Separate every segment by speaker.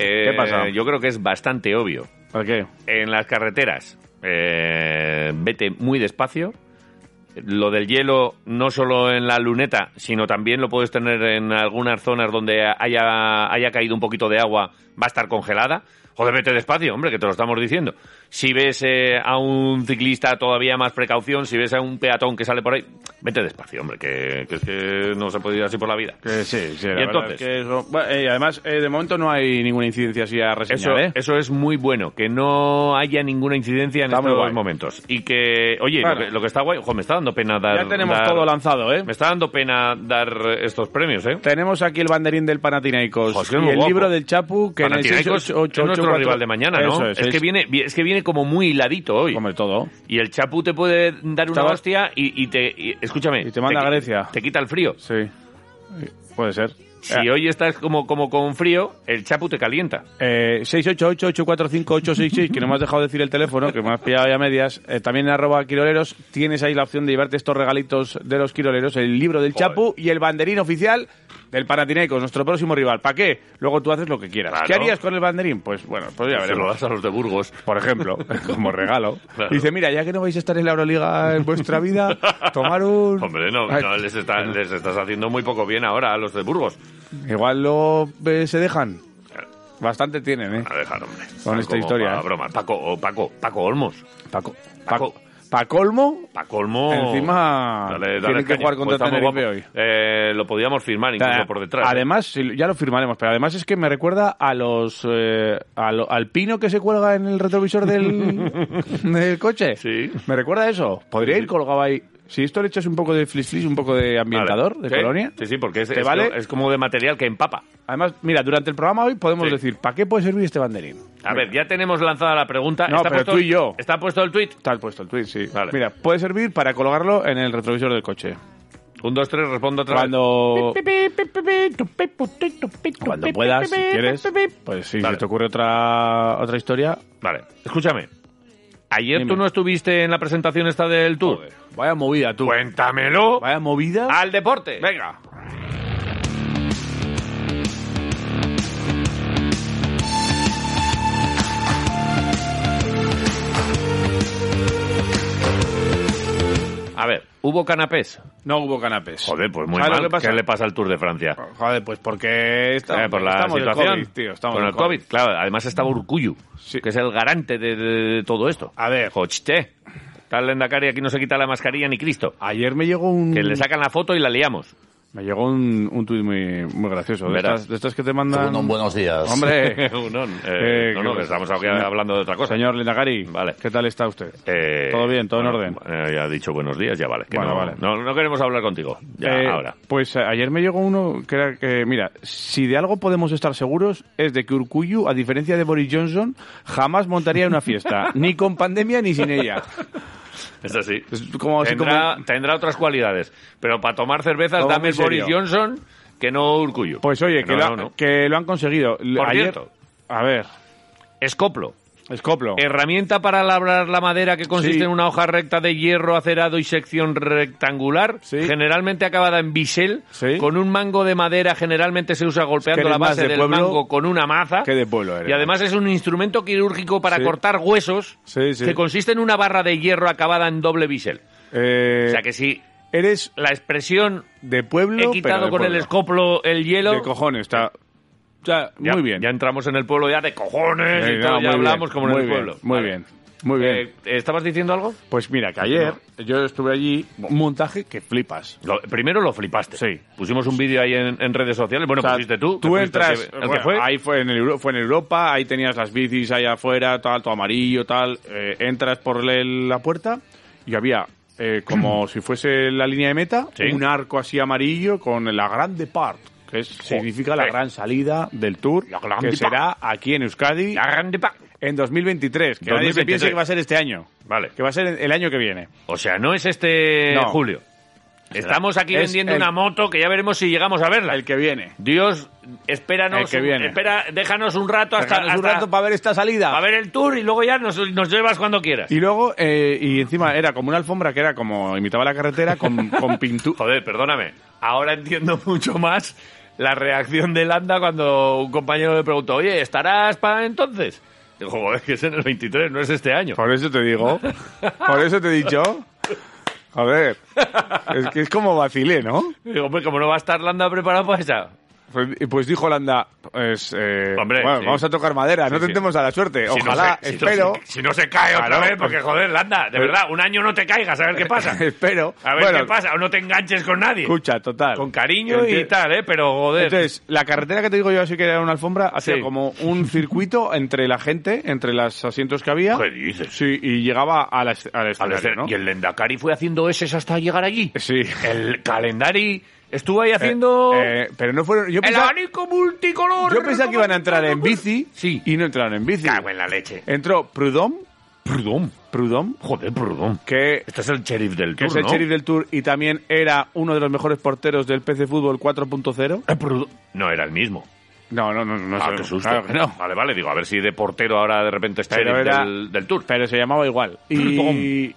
Speaker 1: Eh,
Speaker 2: ¿Qué pasa?
Speaker 1: Yo creo que es bastante obvio.
Speaker 2: ¿Por qué?
Speaker 1: En las carreteras, eh, vete muy despacio. Lo del hielo no solo en la luneta, sino también lo puedes tener en algunas zonas donde haya, haya caído un poquito de agua, va a estar congelada. Joder, vete despacio, hombre, que te lo estamos diciendo. Si ves eh, a un ciclista todavía más precaución, si ves a un peatón que sale por ahí, vete despacio, hombre, que, que es que no se puede ir así por la vida.
Speaker 2: Que sí, sí, la
Speaker 1: ¿Y
Speaker 2: verdad
Speaker 1: entonces?
Speaker 2: es que eso- Bueno, eh, además, eh, de momento no hay ninguna incidencia así a
Speaker 1: Eso,
Speaker 2: reseñar, ¿eh?
Speaker 1: eso es muy bueno, que no haya ninguna incidencia en
Speaker 2: Está muy
Speaker 1: estos
Speaker 2: guay.
Speaker 1: momentos. Y que, oye,
Speaker 2: Claro.
Speaker 1: lo, que, lo que está guay, ojo, me está dando pena dar...
Speaker 2: Ya tenemos
Speaker 1: dar-
Speaker 2: todo lanzado, ¿eh?
Speaker 1: Me está dando pena dar eh, estos premios, ¿eh?
Speaker 2: Tenemos aquí el banderín del Panathinaikos
Speaker 1: Joder, es que es
Speaker 2: y
Speaker 1: muy
Speaker 2: el
Speaker 1: guapo.
Speaker 2: libro del Chapu que en el
Speaker 1: Panathinaikos
Speaker 2: 68884
Speaker 1: es nuestro rival de mañana, ¿no?
Speaker 2: Eso
Speaker 1: es, que viene, vi- es que viene como muy hiladito hoy.
Speaker 2: Come todo.
Speaker 1: Y el Chapu te puede dar una
Speaker 2: Chaval.
Speaker 1: hostia y, y te... y- escúchame.
Speaker 2: Y te manda
Speaker 1: qui-
Speaker 2: a Grecia.
Speaker 1: Te quita el frío.
Speaker 2: Sí. Puede ser.
Speaker 1: Si
Speaker 2: Eh,
Speaker 1: hoy estás como, como con frío, el Chapu te calienta.
Speaker 2: Eh, 688-845-866, que no me has dejado decir el teléfono, que me has pillado ya a medias. Eh, también en arroba quiroleros tienes ahí la opción de llevarte estos regalitos de los quiroleros, el libro del
Speaker 1: Joder.
Speaker 2: Chapu y el banderín oficial del Panathinaikos, nuestro próximo rival. ¿Para qué? Luego tú haces lo que quieras.
Speaker 1: Claro.
Speaker 2: ¿Qué harías con el banderín? Pues bueno, pues ya
Speaker 1: Se lo
Speaker 2: veremos.
Speaker 1: das a los de Burgos.
Speaker 2: Por ejemplo, como regalo.
Speaker 1: Claro.
Speaker 2: Dice, mira, ya que no vais a estar en la Euroliga en vuestra vida, tomar un...
Speaker 1: Hombre, no,
Speaker 2: Ay,
Speaker 1: no, les, está- les estás haciendo muy poco bien ahora a los de Burgos.
Speaker 2: Igual lo eh, se dejan. Bastante tienen, ¿eh?
Speaker 1: A dejar, hombre.
Speaker 2: Con esta
Speaker 1: Como
Speaker 2: historia,
Speaker 1: para
Speaker 2: ¿eh?
Speaker 1: broma. Paco, o Paco, Paco Olmos.
Speaker 2: Paco.
Speaker 1: Paco.
Speaker 2: Paco. Pa colmo,
Speaker 1: Pa' colmo.
Speaker 2: Encima, tienen que
Speaker 1: caña.
Speaker 2: jugar contra
Speaker 1: está muy
Speaker 2: Tenerife
Speaker 1: guapo.
Speaker 2: hoy. Ah,
Speaker 1: Eh, lo podíamos firmar incluso
Speaker 2: Ta-
Speaker 1: por detrás. ¿eh?
Speaker 2: Además, sí, ya lo firmaremos, pero además es que me recuerda a los eh, a lo- al pino que se cuelga en el retrovisor del, del coche.
Speaker 1: Sí.
Speaker 2: Me recuerda a eso. Podría ir colgado ahí. Si esto le echas un poco de flis flis, un poco de
Speaker 1: Vale.
Speaker 2: ambientador, de
Speaker 1: Sí,
Speaker 2: colonia.
Speaker 1: Sí, sí, porque es,
Speaker 2: ¿Te
Speaker 1: es-
Speaker 2: vale?
Speaker 1: es como de material que empapa.
Speaker 2: Además, mira, durante el programa hoy podemos
Speaker 1: Sí.
Speaker 2: decir, ¿para qué puede servir este banderín?
Speaker 1: A ver, ya tenemos lanzada la pregunta.
Speaker 2: No, pero tú y yo.
Speaker 1: ¿Está puesto el tweet?
Speaker 2: Está puesto el tweet, sí.
Speaker 1: Vale.
Speaker 2: Mira, puede servir para colgarlo en el retrovisor del coche.
Speaker 1: Un, dos, tres, respondo otra vez.
Speaker 2: Cuando, cuando puedas, si quieres, pues si
Speaker 1: Vale.
Speaker 2: se te ocurre otra, otra historia,
Speaker 1: Vale, escúchame. Ayer
Speaker 2: Dime.
Speaker 1: tú no estuviste en la presentación esta del tour.
Speaker 2: Vaya movida, tú.
Speaker 1: Cuéntamelo
Speaker 2: Vaya movida.
Speaker 1: al deporte.
Speaker 2: Venga.
Speaker 1: A ver, hubo canapés.
Speaker 2: No hubo canapés.
Speaker 1: Joder, pues muy
Speaker 2: ¿Sabes lo
Speaker 1: mal.
Speaker 2: que pasa?
Speaker 1: ¿Qué le pasa al Tour de Francia?
Speaker 2: Joder, pues porque estamos,
Speaker 1: Eh, por la
Speaker 2: estamos del
Speaker 1: situación.
Speaker 2: COVID, tío, estamos
Speaker 1: Con
Speaker 2: del
Speaker 1: el COVID. Claro, además estaba Urcuyu,
Speaker 2: Sí.
Speaker 1: que es el garante de, de- de todo esto.
Speaker 2: A ver.
Speaker 1: Jochite. Tal Lendakari aquí no se quita la mascarilla ni Cristo.
Speaker 2: Ayer me llegó un
Speaker 1: Que le sacan la foto y la liamos.
Speaker 2: me llegó un, un tuit muy, muy gracioso. De
Speaker 1: Verás.
Speaker 2: estas, de estas que te mandan...
Speaker 3: Segundo, buenos días.
Speaker 2: Hombre,
Speaker 1: no, eh,
Speaker 2: Eh,
Speaker 1: no, no,
Speaker 2: que-
Speaker 1: estamos aquí
Speaker 2: señor-
Speaker 1: hablando de otra cosa.
Speaker 2: señor Lendakari,
Speaker 1: Vale.
Speaker 2: ¿qué tal está usted?
Speaker 1: Eh,
Speaker 2: Todo bien, todo en
Speaker 1: bueno,
Speaker 2: orden.
Speaker 1: eh, ya ha dicho buenos días, ya vale. que
Speaker 2: Bueno,
Speaker 1: no,
Speaker 2: vale.
Speaker 1: No, no queremos hablar contigo. Ya,
Speaker 2: Eh,
Speaker 1: ahora.
Speaker 2: Pues a- ayer me llegó uno que era que, mira, si de algo podemos estar seguros es de que Urcuyu, a diferencia de Boris Johnson, jamás montaría una fiesta, ni con pandemia ni sin ella.
Speaker 1: Es así.
Speaker 2: Es como- así
Speaker 1: tendrá,
Speaker 2: como-
Speaker 1: tendrá otras cualidades. Pero para tomar cervezas,
Speaker 2: Todo
Speaker 1: dame
Speaker 2: muy
Speaker 1: el Boris
Speaker 2: serio.
Speaker 1: Johnson que no Urcuyo.
Speaker 2: Pues oye, que,
Speaker 1: no,
Speaker 2: lo, ha-
Speaker 1: no, no.
Speaker 2: que lo han conseguido. L-
Speaker 1: Por
Speaker 2: ayer,
Speaker 1: cierto. Eh,
Speaker 2: A ver,
Speaker 1: Escoplo.
Speaker 2: Escoplo.
Speaker 1: Herramienta para labrar la madera que consiste
Speaker 2: Sí.
Speaker 1: en una hoja recta de hierro acerado y sección rectangular,
Speaker 2: Sí.
Speaker 1: generalmente acabada en bisel,
Speaker 2: Sí.
Speaker 1: con un mango de madera. Generalmente se usa golpeando
Speaker 2: Es que
Speaker 1: la
Speaker 2: eres más
Speaker 1: base
Speaker 2: de
Speaker 1: del
Speaker 2: pueblo
Speaker 1: mango con una maza.
Speaker 2: que de pueblo eres.
Speaker 1: Y además es un instrumento quirúrgico para
Speaker 2: Sí.
Speaker 1: cortar huesos
Speaker 2: Sí, sí.
Speaker 1: que consiste en una barra de hierro acabada en doble bisel.
Speaker 2: Eh,
Speaker 1: O sea que si
Speaker 2: eres
Speaker 1: la expresión
Speaker 2: de pueblo,
Speaker 1: he
Speaker 2: pero
Speaker 1: quitado
Speaker 2: de
Speaker 1: con el
Speaker 2: pueblo.
Speaker 1: escoplo el hielo,
Speaker 2: De cojones, está... O sea,
Speaker 1: Eh, ya-
Speaker 2: muy bien.
Speaker 1: Ya entramos en el pueblo ya de cojones
Speaker 2: Eh,
Speaker 1: y
Speaker 2: no,
Speaker 1: todo,
Speaker 2: muy
Speaker 1: ya
Speaker 2: bien,
Speaker 1: hablamos como en
Speaker 2: muy
Speaker 1: el
Speaker 2: bien,
Speaker 1: pueblo.
Speaker 2: Muy
Speaker 1: Vale.
Speaker 2: bien, muy bien.
Speaker 1: Eh, ¿Estabas diciendo algo?
Speaker 2: Pues mira, que ayer yo estuve allí, un montaje que flipas.
Speaker 1: Lo- primero lo flipaste.
Speaker 2: Sí.
Speaker 1: Pusimos un vídeo ahí en, en redes sociales. Bueno,
Speaker 2: O sea,
Speaker 1: pusiste tú. que
Speaker 2: Tú
Speaker 1: fuiste
Speaker 2: entras,
Speaker 1: El que, el
Speaker 2: bueno,
Speaker 1: que fue.
Speaker 2: ahí fue en, el Euro- fue en Europa, ahí tenías las bicis allá afuera, tal, todo amarillo, tal. eh, entras por el- la puerta y había eh, como si fuese la línea de meta,
Speaker 1: Sí.
Speaker 2: un arco así amarillo con la grande part. que es- significa la gran salida del Tour,
Speaker 1: La gran
Speaker 2: que
Speaker 1: dipa.
Speaker 2: será aquí en Euskadi
Speaker 1: La grande pa-
Speaker 2: en 2023. Que nadie se
Speaker 1: 2023.
Speaker 2: piense que va a ser este año,
Speaker 1: Vale.
Speaker 2: que va a ser el año que viene.
Speaker 1: O sea, no es este
Speaker 2: No.
Speaker 1: julio. Estamos aquí
Speaker 2: Es
Speaker 1: vendiendo
Speaker 2: el-
Speaker 1: una moto que ya veremos si llegamos a verla.
Speaker 2: El que viene.
Speaker 1: Dios, espéranos,
Speaker 2: El que viene.
Speaker 1: espera, déjanos un rato hasta,
Speaker 2: Déjanos un
Speaker 1: hasta-
Speaker 2: rato para ver esta salida.
Speaker 1: a ver el tour y luego ya nos, nos llevas cuando quieras.
Speaker 2: Y luego, eh, y encima era como una alfombra que era como imitaba la carretera con, con pintura.
Speaker 1: Joder, perdóname. Ahora entiendo mucho más la reacción de Landa cuando un compañero le preguntó, oye, ¿estarás para entonces? Digo, joder, que es en el 23, no es este año.
Speaker 2: Por eso te digo, por eso te he dicho. Joder, es que es como vacilé, ¿no?
Speaker 1: Digo, hombre, como no va a estar Landa preparado para esa.
Speaker 2: Pues, y pues dijo Landa, pues, eh,
Speaker 1: Hombre,
Speaker 2: bueno,
Speaker 1: sí.
Speaker 2: vamos a tocar madera, no
Speaker 1: sí.
Speaker 2: tentemos a la suerte.
Speaker 1: Si no
Speaker 2: Ojalá,
Speaker 1: se- si no
Speaker 2: espero,
Speaker 1: se- si no se cae otra
Speaker 2: Claro.
Speaker 1: vez, porque joder, Landa, de verdad, un año no te caigas, a ver qué pasa.
Speaker 2: espero.
Speaker 1: A ver
Speaker 2: Bueno,
Speaker 1: qué pasa, o no te enganches con nadie.
Speaker 2: Escucha, total.
Speaker 1: Con cariño y
Speaker 2: Entonces-
Speaker 1: tal, ¿eh? Pero joder.
Speaker 2: Entonces, la carretera que te digo yo así que era una alfombra, hacía
Speaker 1: Sí.
Speaker 2: como un circuito entre la gente, entre los asientos que había.
Speaker 1: ¿Qué dices?
Speaker 2: Sí, y llegaba a la, es- al
Speaker 1: Al
Speaker 2: escenario,
Speaker 1: hacer-
Speaker 2: ¿no?
Speaker 1: Y el Lendakari fue haciendo eses hasta llegar allí.
Speaker 2: Sí.
Speaker 1: El Calendari estuvo ahí haciendo...
Speaker 2: Eh, eh, pero no fueron... Yo
Speaker 1: el
Speaker 2: pensaba,
Speaker 1: abanico multicolor.
Speaker 2: yo pensaba que iban a entrar en bici
Speaker 1: Sí.
Speaker 2: y no entraron en bici.
Speaker 1: Cago en la leche.
Speaker 2: Entró Prudhomme,
Speaker 1: Prudón.
Speaker 2: Prudhomme,
Speaker 1: Joder, Prudón.
Speaker 2: que
Speaker 1: Este es el sheriff del
Speaker 2: que
Speaker 1: tour,
Speaker 2: es el
Speaker 1: ¿no?
Speaker 2: sheriff del Tour y también era uno de los mejores porteros del PC Fútbol 4.0.
Speaker 1: Eh, Prudhomme. No, era el mismo.
Speaker 2: No, no, no, no.
Speaker 1: ah,
Speaker 2: sé,
Speaker 1: qué susto.
Speaker 2: claro que no.
Speaker 1: Vale, vale, digo, a ver si de portero ahora de repente está
Speaker 2: Pero
Speaker 1: sheriff
Speaker 2: era-
Speaker 1: del, del tour.
Speaker 2: Pero se llamaba igual. Y, y,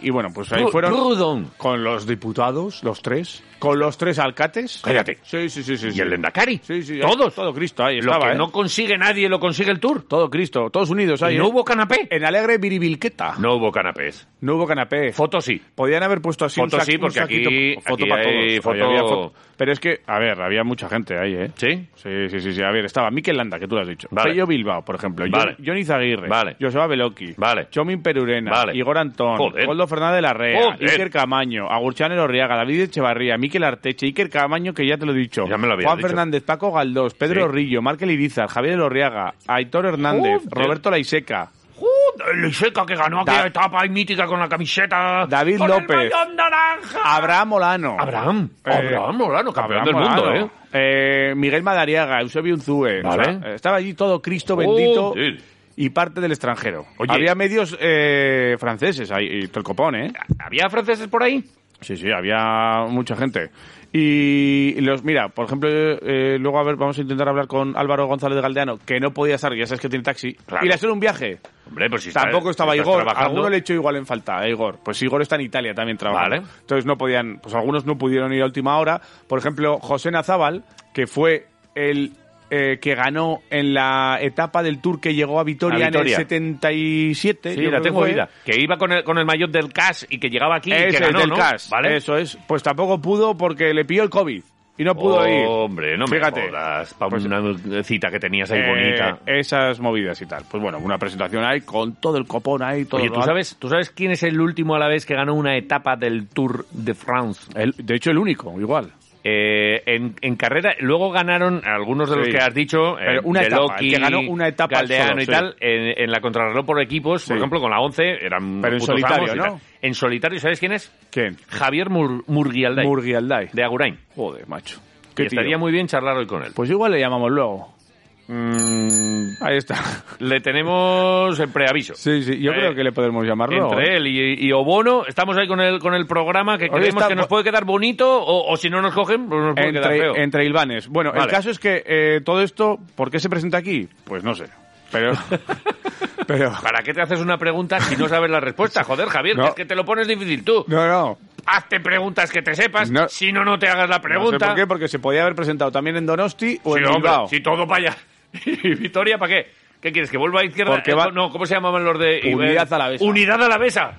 Speaker 2: y bueno, pues ahí
Speaker 1: Pru-
Speaker 2: fueron
Speaker 1: Prudhomme.
Speaker 2: con los diputados, los tres, con los tres alcates.
Speaker 1: Cállate.
Speaker 2: Sí, sí, sí, sí.
Speaker 1: Y el Lendakari.
Speaker 2: Sí, sí,
Speaker 1: Todos.
Speaker 2: Todo Cristo ahí
Speaker 1: Lo
Speaker 2: estaba,
Speaker 1: que
Speaker 2: ¿eh?
Speaker 1: no consigue nadie lo consigue el tour.
Speaker 2: Todo Cristo, todos unidos ahí.
Speaker 1: Y no
Speaker 2: ¿eh?
Speaker 1: hubo canapé.
Speaker 2: En Alegre Viribilqueta.
Speaker 1: No hubo canapés.
Speaker 2: No hubo canapé.
Speaker 1: Fotos sí.
Speaker 2: Podían haber puesto así
Speaker 1: Foto
Speaker 2: un sac-
Speaker 1: sí,
Speaker 2: un
Speaker 1: porque aquí-
Speaker 2: saquito- foto
Speaker 1: aquí
Speaker 2: para
Speaker 1: hay
Speaker 2: todos.
Speaker 1: foto-
Speaker 2: Ahí había foto. Pero es que, a ver, había mucha gente ahí, ¿eh?
Speaker 1: ¿Sí?
Speaker 2: Sí, sí, sí, sí. A ver, estaba Mikel Landa, que tú lo has dicho.
Speaker 1: Vale.
Speaker 2: Pello Bilbao, por ejemplo. Jo-
Speaker 1: Vale.
Speaker 2: Johnny Zaguirre.
Speaker 1: Vale.
Speaker 2: Joseba Beloki.
Speaker 1: Vale.
Speaker 2: Chomin Perurena.
Speaker 1: Vale.
Speaker 2: Igor Antón.
Speaker 1: Joder.
Speaker 2: Goldo Fernández de la Rea.
Speaker 1: Joder.
Speaker 2: Iker Camaño. Agurchan Elorriaga. David Echevarría. Mikel Arteche. Iker Camaño, que ya te lo he dicho.
Speaker 1: Ya me lo habías
Speaker 2: Juan
Speaker 1: dicho.
Speaker 2: Fernández. Paco Galdós. Pedro
Speaker 1: Sí.
Speaker 2: Rillo. Markel Irizar. Javier Elorriaga. Aitor Hernández.
Speaker 1: Joder.
Speaker 2: Roberto Laiseca.
Speaker 1: Joder, Liseca que ganó aquella
Speaker 2: Da-
Speaker 1: etapa ahí mítica con la camiseta.
Speaker 2: David
Speaker 1: con
Speaker 2: López.
Speaker 1: El maillot naranja.
Speaker 2: Abraham Olano.
Speaker 1: Ah, Abraham. Abraham Olano, campeón del
Speaker 2: Abraham
Speaker 1: mundo,
Speaker 2: Olano.
Speaker 1: ¿eh?
Speaker 2: Eh, Miguel Madariaga, Eusebio Unzúe.
Speaker 1: Vale.
Speaker 2: O sea, estaba allí todo Cristo bendito
Speaker 1: Joder.
Speaker 2: y parte del extranjero.
Speaker 1: Oye.
Speaker 2: Había medios eh, franceses ahí, y Tolcopón, ¿eh?
Speaker 1: ¿Había franceses por ahí?
Speaker 2: Sí, sí, había mucha gente. Y los, mira, por ejemplo, eh, luego a ver, vamos a intentar hablar con Álvaro González de Galdeano, que no podía estar, ya sabes que tiene taxi,
Speaker 1: Claro.
Speaker 2: y le hacen un viaje.
Speaker 1: Hombre, pues si está-
Speaker 2: Tampoco estaba
Speaker 1: si estás
Speaker 2: Igor.
Speaker 1: trabajando-
Speaker 2: Alguno le echó igual en falta a Igor. Pues Igor está en Italia también trabajando.
Speaker 1: Vale.
Speaker 2: Entonces no podían, pues algunos no pudieron ir a última hora. Por ejemplo, José Nazábal, que fue el eh, que ganó en la etapa del Tour que llegó a Vitoria
Speaker 1: A
Speaker 2: en el
Speaker 1: Vitoria.
Speaker 2: 77.
Speaker 1: Sí,
Speaker 2: yo
Speaker 1: la
Speaker 2: creo que
Speaker 1: tengo
Speaker 2: fue.
Speaker 1: oída. Que iba con el, con el maillot del CAS y que llegaba aquí y
Speaker 2: Eso
Speaker 1: que
Speaker 2: es,
Speaker 1: ganó,
Speaker 2: del
Speaker 1: ¿no?
Speaker 2: CAS.
Speaker 1: ¿Vale?
Speaker 2: Eso es. Pues tampoco pudo porque le pilló el COVID y no pudo
Speaker 1: Oh,
Speaker 2: ir.
Speaker 1: Hombre, no
Speaker 2: Fíjate.
Speaker 1: me jodas. Para
Speaker 2: Pues-
Speaker 1: una cita que tenías ahí
Speaker 2: Eh,
Speaker 1: bonita.
Speaker 2: Esas movidas y tal. Pues bueno, una presentación ahí con todo el copón ahí, todo
Speaker 1: Oye,
Speaker 2: lo
Speaker 1: ¿tú
Speaker 2: alto.
Speaker 1: sabes, ¿tú sabes quién es el último a la vez que ganó una etapa del Tour de France?
Speaker 2: El- de hecho, el único, igual.
Speaker 1: Eh, en, en carrera, luego ganaron algunos de los
Speaker 2: Sí.
Speaker 1: que has dicho, eh,
Speaker 2: Pero una
Speaker 1: De
Speaker 2: etapa,
Speaker 1: Locchi,
Speaker 2: el que ganó una etapa
Speaker 1: Galdeano
Speaker 2: solo,
Speaker 1: y
Speaker 2: sí.
Speaker 1: tal, en, en la contrarreloj por equipos, por
Speaker 2: Sí.
Speaker 1: ejemplo, con la 11, eran
Speaker 2: Pero en
Speaker 1: putos amos
Speaker 2: solitario,
Speaker 1: y
Speaker 2: ¿no?
Speaker 1: tal. En solitario, ¿sabes quién es?
Speaker 2: ¿Quién?
Speaker 1: Javier Mur- Murguialdai,
Speaker 2: Murgialdai.
Speaker 1: de Agurain.
Speaker 2: Joder, macho.
Speaker 1: Que
Speaker 2: Qué
Speaker 1: estaría
Speaker 2: tío.
Speaker 1: muy bien charlar hoy con él.
Speaker 2: Pues igual le llamamos luego.
Speaker 1: Mm,
Speaker 2: Ahí está.
Speaker 1: le tenemos en preaviso.
Speaker 2: Sí, sí, yo
Speaker 1: Eh,
Speaker 2: creo que le podemos llamar luego.
Speaker 1: Entre
Speaker 2: ¿eh?
Speaker 1: él y, y Obono, estamos ahí con el, con el programa que
Speaker 2: Hoy
Speaker 1: creemos
Speaker 2: está-
Speaker 1: que nos puede quedar bonito o, o si no nos cogen, pues nos puede quedar feo.
Speaker 2: Entre, entre Ilvanes. Bueno, el
Speaker 1: Vale.
Speaker 2: caso es que eh, todo esto, ¿por qué se presenta aquí? Pues no sé. Pero. pero.
Speaker 1: ¿Para qué te haces una pregunta si no sabes la respuesta? Joder, Javier,
Speaker 2: No.
Speaker 1: que es que te lo pones difícil tú.
Speaker 2: No, no.
Speaker 1: Hazte preguntas que te sepas,
Speaker 2: No.
Speaker 1: si no, no te hagas la
Speaker 2: No sé
Speaker 1: pregunta.
Speaker 2: por qué, porque se podía haber presentado también en Donosti o
Speaker 1: Sí,
Speaker 2: en
Speaker 1: hombre,
Speaker 2: Bilbao.
Speaker 1: si todo para allá. ¿Y Vitoria para qué? ¿Qué quieres? ¿Que vuelva a izquierda?
Speaker 2: Porque va-
Speaker 1: No, ¿cómo se llamaban los de...?
Speaker 2: Unidad Alavesa.
Speaker 1: Unidad Alavesa.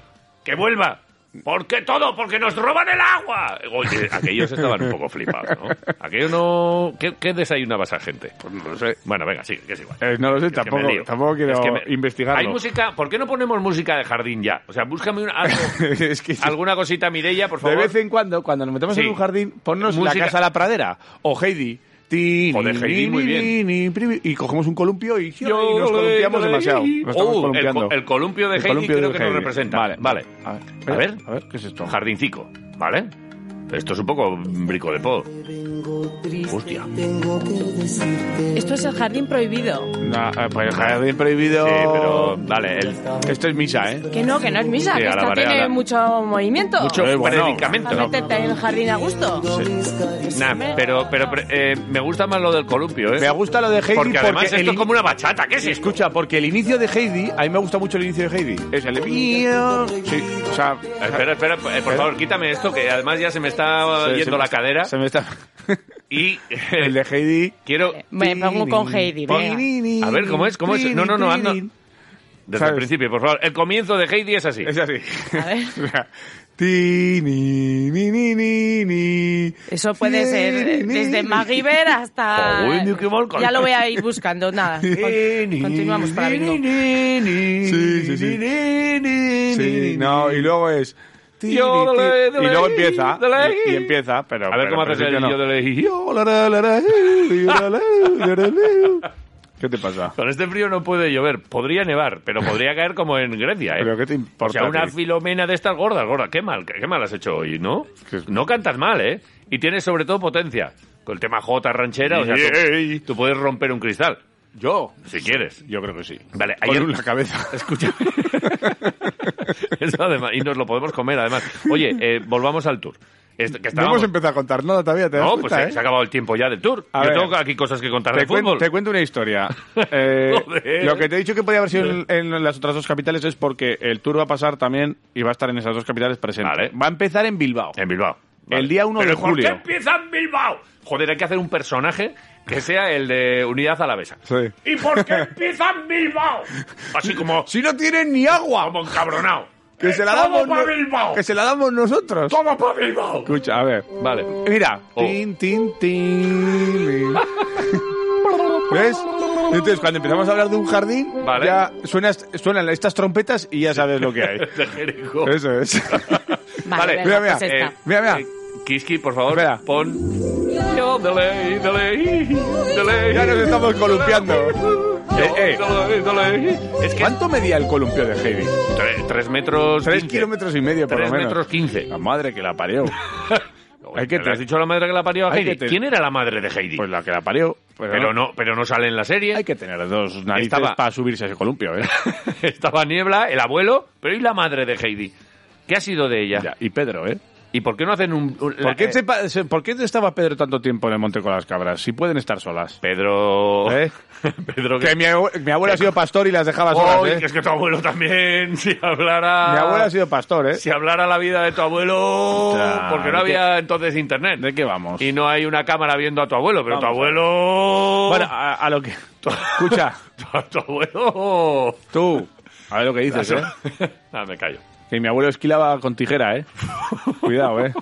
Speaker 1: Que vuelva. ¿Por qué todo? Porque nos roban el agua. Oye, aquellos estaban un poco flipados, ¿no? Aquello no... ¿Qué, qué desayunaba esa gente?
Speaker 2: Pues no lo sé.
Speaker 1: Bueno, venga, sí, que es igual.
Speaker 2: Eh, no lo sé,
Speaker 1: Es que me
Speaker 2: tampoco,
Speaker 1: lío.
Speaker 2: tampoco quiero
Speaker 1: Es que me-
Speaker 2: investigarlo.
Speaker 1: Hay música, ¿por qué no ponemos música de jardín ya? O sea, búscame una- algo-
Speaker 2: Es que-
Speaker 1: alguna cosita Mireia, por
Speaker 2: De
Speaker 1: favor.
Speaker 2: vez en cuando, cuando nos metemos
Speaker 1: Sí.
Speaker 2: en un jardín, ponnos
Speaker 1: Música-
Speaker 2: la casa a la pradera o Heidi. Ti,
Speaker 1: Joder,
Speaker 2: ni,
Speaker 1: Heidi,
Speaker 2: ni,
Speaker 1: muy
Speaker 2: ni,
Speaker 1: bien.
Speaker 2: ni, pri- Y cogemos un columpio y, y nos columpiamos demasiado. Nos estamos
Speaker 1: Oh, el,
Speaker 2: columpiando.
Speaker 1: co- el columpio de
Speaker 2: El
Speaker 1: Heidi
Speaker 2: columpio
Speaker 1: creo
Speaker 2: de
Speaker 1: que
Speaker 2: Heidi.
Speaker 1: nos representa.
Speaker 2: Vale,
Speaker 1: vale.
Speaker 2: A ver,
Speaker 1: A ver.
Speaker 2: a ver, ¿qué es esto?
Speaker 1: Jardincico, ¿vale? Esto es un poco brico de po. Hostia.
Speaker 3: Esto es el jardín prohibido.
Speaker 2: No, eh, pues jardín prohibido.
Speaker 1: Sí, pero vale, el,
Speaker 2: Esto es misa, ¿eh?
Speaker 3: Que no, que no es misa,
Speaker 1: Sí,
Speaker 3: que
Speaker 1: a la
Speaker 3: esto
Speaker 1: barea,
Speaker 3: tiene
Speaker 1: la-
Speaker 3: mucho movimiento.
Speaker 1: mucho
Speaker 2: Eh, bueno.
Speaker 1: predicamento.
Speaker 3: Para meterte en el jardín a gusto.
Speaker 1: Nah, pero, pero pre- eh, me gusta más lo del columpio, ¿eh?
Speaker 2: Me gusta lo de Heidi
Speaker 1: porque además esto
Speaker 2: el
Speaker 1: es como una bachata, ¿qué es
Speaker 2: Sí,
Speaker 1: esto?
Speaker 2: escucha, porque el inicio de Heidi, a mí me gusta mucho el inicio de Heidi. Es el de... Sí, o sea...
Speaker 1: Espera, espera, eh, por favor, quítame esto, que además ya se me está
Speaker 2: se- se
Speaker 1: yendo
Speaker 2: me-
Speaker 1: la cadera.
Speaker 2: Se me está...
Speaker 1: Y eh,
Speaker 2: el de Heidi...
Speaker 1: quiero...
Speaker 3: Me pongo con Heidi, venga.
Speaker 1: A ver, ¿cómo es? ¿Cómo es? No, no, no, anda. Desde
Speaker 2: ¿Sabes?
Speaker 1: el principio, por favor. El comienzo de Heidi es así.
Speaker 2: Es así.
Speaker 3: A ver.
Speaker 2: Ti, ni, ni, ni, ni, ni.
Speaker 3: Eso puede
Speaker 2: Ni,
Speaker 3: ser
Speaker 2: ni,
Speaker 3: desde
Speaker 2: ni.
Speaker 3: MacGyver hasta...
Speaker 1: Joder, ni qué mal
Speaker 3: ya lo voy a ir buscando, nada. Con- Continuamos para bingo.
Speaker 2: Sí, sí, sí. Sí, no, y luego es... ti,
Speaker 1: Yo,
Speaker 2: ni, ti.
Speaker 1: dale, dale,
Speaker 2: y luego empieza,
Speaker 1: dale.
Speaker 2: y, y empieza, pero...
Speaker 1: A ver
Speaker 2: pero
Speaker 1: cómo
Speaker 2: al
Speaker 1: haces el
Speaker 2: principio no.
Speaker 1: yo de
Speaker 2: Yo, la, la, la, la, la, la, la, la, la. ¿Qué te pasa?
Speaker 1: Con este frío no puede llover. Podría nevar, pero podría caer como en Grecia, ¿eh?
Speaker 2: ¿Pero qué te
Speaker 1: O
Speaker 2: importa?
Speaker 1: sea, una
Speaker 2: tío?
Speaker 1: filomena de estas gordas, gorda. Qué mal, qué mal has hecho hoy, ¿no?
Speaker 2: Que es-
Speaker 1: No cantas mal, ¿eh? Y tienes sobre todo potencia. Con el tema J ranchera, o sea,
Speaker 2: Yey.
Speaker 1: tú, tú puedes romper un cristal,
Speaker 2: ¿Yo?
Speaker 1: si quieres.
Speaker 2: Yo creo que sí.
Speaker 1: Vale,
Speaker 2: Con
Speaker 1: ayer-
Speaker 2: una cabeza.
Speaker 1: Escucha. Eso además, y nos lo podemos comer, además. Oye, eh, volvamos al tour. Est- que
Speaker 2: No
Speaker 1: estábamos-
Speaker 2: hemos empezado a contar nada todavía, ¿te das
Speaker 1: No, pues
Speaker 2: cuenta,
Speaker 1: eh,
Speaker 2: eh?
Speaker 1: se ha acabado el tiempo ya del tour.
Speaker 2: A
Speaker 1: Yo
Speaker 2: ver.
Speaker 1: tengo aquí cosas que contar
Speaker 2: Te,
Speaker 1: de
Speaker 2: cuen-
Speaker 1: fútbol.
Speaker 2: te cuento una historia. Eh,
Speaker 1: Joder.
Speaker 2: lo que te he dicho que podía haber sido en, en las otras dos capitales es porque el tour va a pasar también y va a estar en esas dos capitales presente.
Speaker 1: Vale. Eh.
Speaker 2: Va a empezar en Bilbao.
Speaker 1: En Bilbao.
Speaker 2: El día 1
Speaker 1: ¿Pero
Speaker 2: de
Speaker 1: por
Speaker 2: julio.
Speaker 1: qué empieza en Bilbao? Joder, hay que hacer un personaje que sea el de Unidad Alavesa.
Speaker 2: Sí.
Speaker 1: ¿Y por qué empieza en Bilbao? Así como,
Speaker 2: Si no tienen ni agua,
Speaker 1: como encabronado.
Speaker 2: que
Speaker 1: Eh,
Speaker 2: se la
Speaker 1: todo
Speaker 2: damos,
Speaker 1: pa'
Speaker 2: no-
Speaker 1: Bilbao.
Speaker 2: que se la damos nosotros.
Speaker 1: Todo para Bilbao.
Speaker 2: Escucha, a ver.
Speaker 1: Vale.
Speaker 2: Mira,
Speaker 1: Oh.
Speaker 2: tin, tin, tin. ¿Ves? Entonces, cuando empezamos a hablar de un jardín,
Speaker 1: Vale.
Speaker 2: ya suena- suenan estas trompetas y ya sabes lo que hay.
Speaker 1: De Jericó.
Speaker 2: Eso es.
Speaker 3: Vale,
Speaker 1: Vale.
Speaker 3: venga,
Speaker 2: Mira,
Speaker 3: pues
Speaker 1: mira,
Speaker 3: esta.
Speaker 2: mira, mira.
Speaker 1: Eh, Kiski, por favor,
Speaker 2: Espera.
Speaker 1: pon. Yo, delay, delay, delay.
Speaker 2: Ya nos estamos columpiando.
Speaker 1: Yo,
Speaker 2: Eh, eh.
Speaker 1: delay, delay. Es que
Speaker 2: ¿Cuánto medía el columpio de Heidi?
Speaker 1: Tre- tres metros.
Speaker 2: Tres
Speaker 1: quince.
Speaker 2: kilómetros y medio, por
Speaker 1: Tres
Speaker 2: lo menos.
Speaker 1: metros quince.
Speaker 2: La madre que la parió.
Speaker 1: Oye,
Speaker 2: Hay que
Speaker 1: ¿le
Speaker 2: te-
Speaker 1: has dicho a la madre que la parió a
Speaker 2: Hay que
Speaker 1: Heidi?
Speaker 2: te-
Speaker 1: ¿Quién era la madre de Heidi?
Speaker 2: Pues la que la parió. Pero,
Speaker 1: pero no, pero no sale en la serie.
Speaker 2: Hay que tener dos narices
Speaker 1: Estaba-
Speaker 2: para subirse a ese columpio, ¿eh?
Speaker 1: Estaba Niebla, el abuelo, pero ¿y la madre de Heidi? ¿Qué ha sido de ella?
Speaker 2: Ya, y Pedro, ¿eh?
Speaker 1: ¿Y por qué no hacen un... un- la-
Speaker 2: ¿Por qué,
Speaker 1: eh,
Speaker 2: se pa- se- ¿Por qué estaba Pedro tanto tiempo en el monte con las cabras? Si pueden estar solas.
Speaker 1: Pedro...
Speaker 2: ¿Eh?
Speaker 1: Pedro
Speaker 2: Que mi, abue- mi abuelo ha sido pastor y las dejaba solas,
Speaker 1: Oy,
Speaker 2: ¿eh?
Speaker 1: que es que tu abuelo también, si hablara...
Speaker 2: Mi abuelo ha sido pastor, ¿eh?
Speaker 1: Si hablara la vida de tu abuelo...
Speaker 2: Ya,
Speaker 1: porque no
Speaker 2: ¿de qué-
Speaker 1: había entonces internet.
Speaker 2: ¿De qué vamos?
Speaker 1: Y no hay una cámara viendo a tu abuelo, pero tu
Speaker 2: Vamos a ver.
Speaker 1: abuelo...
Speaker 2: Bueno, a, a lo que... Escucha,
Speaker 1: Tu, tu abuelo...
Speaker 2: tú, a ver lo que dices, ¿eh?
Speaker 1: Ah, me callo.
Speaker 2: Que mi abuelo esquilaba con tijera, ¿eh? Cuidado, ¿eh?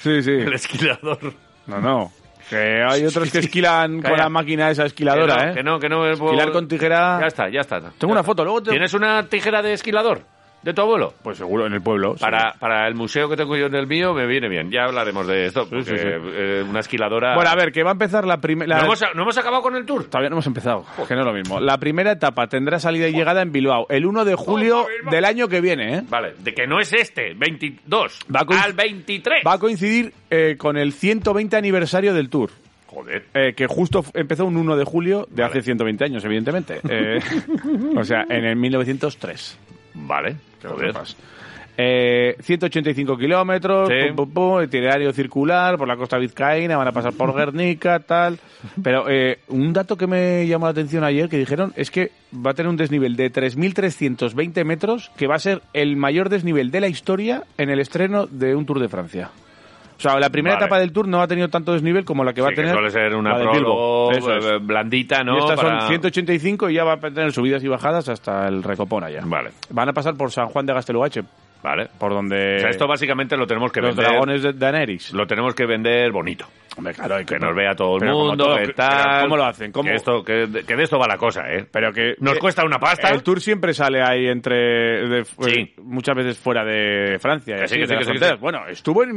Speaker 2: Sí, sí.
Speaker 1: El esquilador.
Speaker 2: No, no. Que hay otros que esquilan con
Speaker 1: Calla.
Speaker 2: la máquina esa esquiladora,
Speaker 1: que
Speaker 2: ¿eh?
Speaker 1: no, que no, que no... me puedo-
Speaker 2: Esquilar con tijera...
Speaker 1: Ya está, ya está.
Speaker 2: Tengo una foto, luego te...
Speaker 1: ¿Tienes una tijera de esquilador de tu abuelo?
Speaker 2: Pues seguro, en el pueblo. sí.
Speaker 1: Para, para el museo que tengo yo en el mío me viene bien. Ya hablaremos de esto. porque,
Speaker 2: sí, sí.
Speaker 1: eh, una esquiladora...
Speaker 2: Bueno, a ver, que va a empezar la primera...
Speaker 1: ¿No, hemos, no hemos acabado con el tour?
Speaker 2: Todavía no hemos empezado, que no es lo mismo. La primera etapa tendrá salida y llegada en Bilbao el 1 de julio
Speaker 1: Toma, Bilbao.
Speaker 2: del año que viene, ¿eh?
Speaker 1: Vale, de que no es este, 22,
Speaker 2: Va con-
Speaker 1: al 23.
Speaker 2: Va a coincidir eh, con el 120 aniversario del Tour.
Speaker 1: Joder.
Speaker 2: Eh, que justo f- empezó un 1 de julio de
Speaker 1: Vale.
Speaker 2: hace 120 años, evidentemente. Eh, o sea, en el 1903.
Speaker 1: Vale, joder.
Speaker 2: Tropas. Eh, 185 kilómetros,
Speaker 1: Sí.
Speaker 2: pum, pum, pum, itinerario circular por la costa vizcaína, van a pasar por Guernica, tal. Pero eh, un dato que me llamó la atención ayer que dijeron es que va a tener un desnivel de 3.320 metros, que va a ser el mayor desnivel de la historia en el estreno de un Tour de Francia. O sea, la primera
Speaker 1: Vale.
Speaker 2: etapa del Tour no ha tenido tanto desnivel como la que va
Speaker 1: Sí,
Speaker 2: a
Speaker 1: que
Speaker 2: tener.
Speaker 1: suele ser una
Speaker 2: la del Bilbo.
Speaker 1: prólogo
Speaker 2: Eso es.
Speaker 1: eh, blandita, ¿no?
Speaker 2: Y estas
Speaker 1: Para-
Speaker 2: son 185 y ya va a tener subidas y bajadas hasta el Recopón allá.
Speaker 1: Vale,
Speaker 2: Van a pasar por San Juan de Gastelugache,
Speaker 1: vale.
Speaker 2: por donde
Speaker 1: O sea, esto básicamente lo tenemos que
Speaker 2: Eh, los
Speaker 1: vender.
Speaker 2: dragones de Daenerys.
Speaker 1: Lo tenemos que vender bonito.
Speaker 2: Hombre, claro, hay
Speaker 1: Que nos vea todo el
Speaker 2: Pero como
Speaker 1: mundo,
Speaker 2: todo,
Speaker 1: que
Speaker 2: pero
Speaker 1: tal.
Speaker 2: ¿cómo lo hacen? ¿Cómo?
Speaker 1: Que, esto, que, de- que de esto va la cosa, ¿eh?
Speaker 2: Pero que
Speaker 1: Nos
Speaker 2: que-
Speaker 1: cuesta una pasta.
Speaker 2: El tour siempre sale ahí entre de-
Speaker 1: Sí,
Speaker 2: muchas veces fuera de Francia. y
Speaker 1: Que
Speaker 2: así,
Speaker 1: sí, que
Speaker 2: de
Speaker 1: sí,
Speaker 2: las
Speaker 1: que sí, que
Speaker 2: fronteras.
Speaker 1: sí.
Speaker 2: Bueno, estuvo en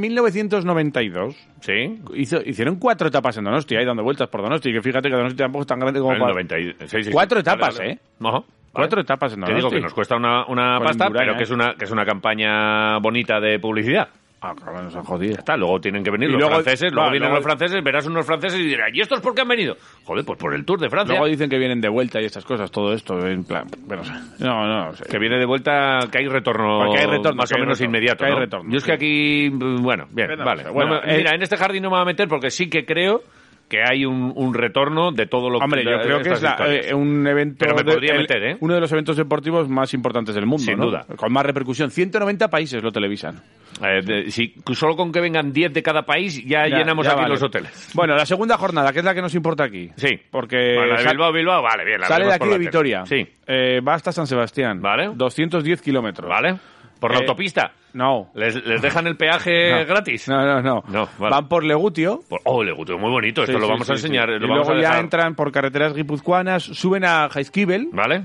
Speaker 2: 1992.
Speaker 1: Sí.
Speaker 2: Hizo- hicieron cuatro etapas en Donosti, ahí dando vueltas por Donosti. Que fíjate que Donosti tampoco es tan grande como
Speaker 1: El
Speaker 2: para-
Speaker 1: 96, sí,
Speaker 2: Cuatro
Speaker 1: sí. Vale,
Speaker 2: etapas,
Speaker 1: vale.
Speaker 2: ¿eh?
Speaker 1: No. vale.
Speaker 2: Cuatro etapas en
Speaker 1: Te
Speaker 2: Donosti.
Speaker 1: digo que nos cuesta una, una
Speaker 2: Con
Speaker 1: pasta,
Speaker 2: Endurain,
Speaker 1: pero que
Speaker 2: ¿eh?
Speaker 1: es una que es una campaña bonita de publicidad.
Speaker 2: Ah, cabrón, nos han jodido.
Speaker 1: Ya está, luego tienen que venir
Speaker 2: Y
Speaker 1: los
Speaker 2: luego-
Speaker 1: franceses, luego
Speaker 2: va,
Speaker 1: vienen los
Speaker 2: luego-
Speaker 1: franceses, verás unos franceses y dirás, ¿y estos por qué han venido? Joder, pues por el Tour de Francia.
Speaker 2: Luego dicen que vienen de vuelta y estas cosas, todo esto, en plan... Bueno, o sea, no, no, o sea,
Speaker 1: Que viene de vuelta, que hay retorno,
Speaker 2: Porque hay retorno,
Speaker 1: más
Speaker 2: Pues que
Speaker 1: o
Speaker 2: hay
Speaker 1: menos
Speaker 2: retorno,
Speaker 1: inmediato.
Speaker 2: que hay
Speaker 1: ¿no?
Speaker 2: retorno,
Speaker 1: Yo es que
Speaker 2: sí.
Speaker 1: aquí, mm, bueno, bien,
Speaker 2: Pero,
Speaker 1: vale.
Speaker 2: o sea, bueno,
Speaker 1: No me-
Speaker 2: eh,
Speaker 1: mira, en este jardín no me voy a meter porque sí que creo que hay un, un retorno de todo lo
Speaker 2: Hombre,
Speaker 1: de-
Speaker 2: yo creo que
Speaker 1: estas
Speaker 2: es la-
Speaker 1: historias.
Speaker 2: eh, un evento.
Speaker 1: Pero me
Speaker 2: de-
Speaker 1: podría
Speaker 2: el-
Speaker 1: meter, ¿eh?
Speaker 2: Uno de los eventos deportivos más importantes del mundo.
Speaker 1: Sin
Speaker 2: ¿no?
Speaker 1: duda.
Speaker 2: Con más repercusión. 190 países lo televisan.
Speaker 1: Eh, de- si solo con que vengan 10 de cada país ya,
Speaker 2: Ya-
Speaker 1: llenamos
Speaker 2: ya
Speaker 1: aquí
Speaker 2: vale.
Speaker 1: los hoteles.
Speaker 2: Bueno, la segunda jornada, que es la que nos importa aquí.
Speaker 1: Sí.
Speaker 2: Porque
Speaker 1: Bueno, la de
Speaker 2: Eh, sal-
Speaker 1: Bilbao, Bilbao, vale, bien. la
Speaker 2: sale de
Speaker 1: veremos
Speaker 2: aquí
Speaker 1: por
Speaker 2: de
Speaker 1: la tele.
Speaker 2: Vitoria.
Speaker 1: Sí,
Speaker 2: Eh, va hasta San Sebastián.
Speaker 1: Vale.
Speaker 2: 210 kilómetros.
Speaker 1: vale. Por la
Speaker 2: Eh,
Speaker 1: autopista.
Speaker 2: No.
Speaker 1: ¿Les, les dejan el peaje
Speaker 2: No.
Speaker 1: gratis?
Speaker 2: No, no, no.
Speaker 1: No, vale.
Speaker 2: Van por Legutio.
Speaker 1: Por- Oh, le gustó, muy bonito. Esto
Speaker 2: Sí,
Speaker 1: lo
Speaker 2: sí,
Speaker 1: vamos a
Speaker 2: sí,
Speaker 1: enseñar.
Speaker 2: sí.
Speaker 1: Lo
Speaker 2: y
Speaker 1: vamos
Speaker 2: luego
Speaker 1: a
Speaker 2: ya
Speaker 1: dejar.
Speaker 2: entran por carreteras guipuzcoanas, suben a Jaizkibel.
Speaker 1: ¿Vale?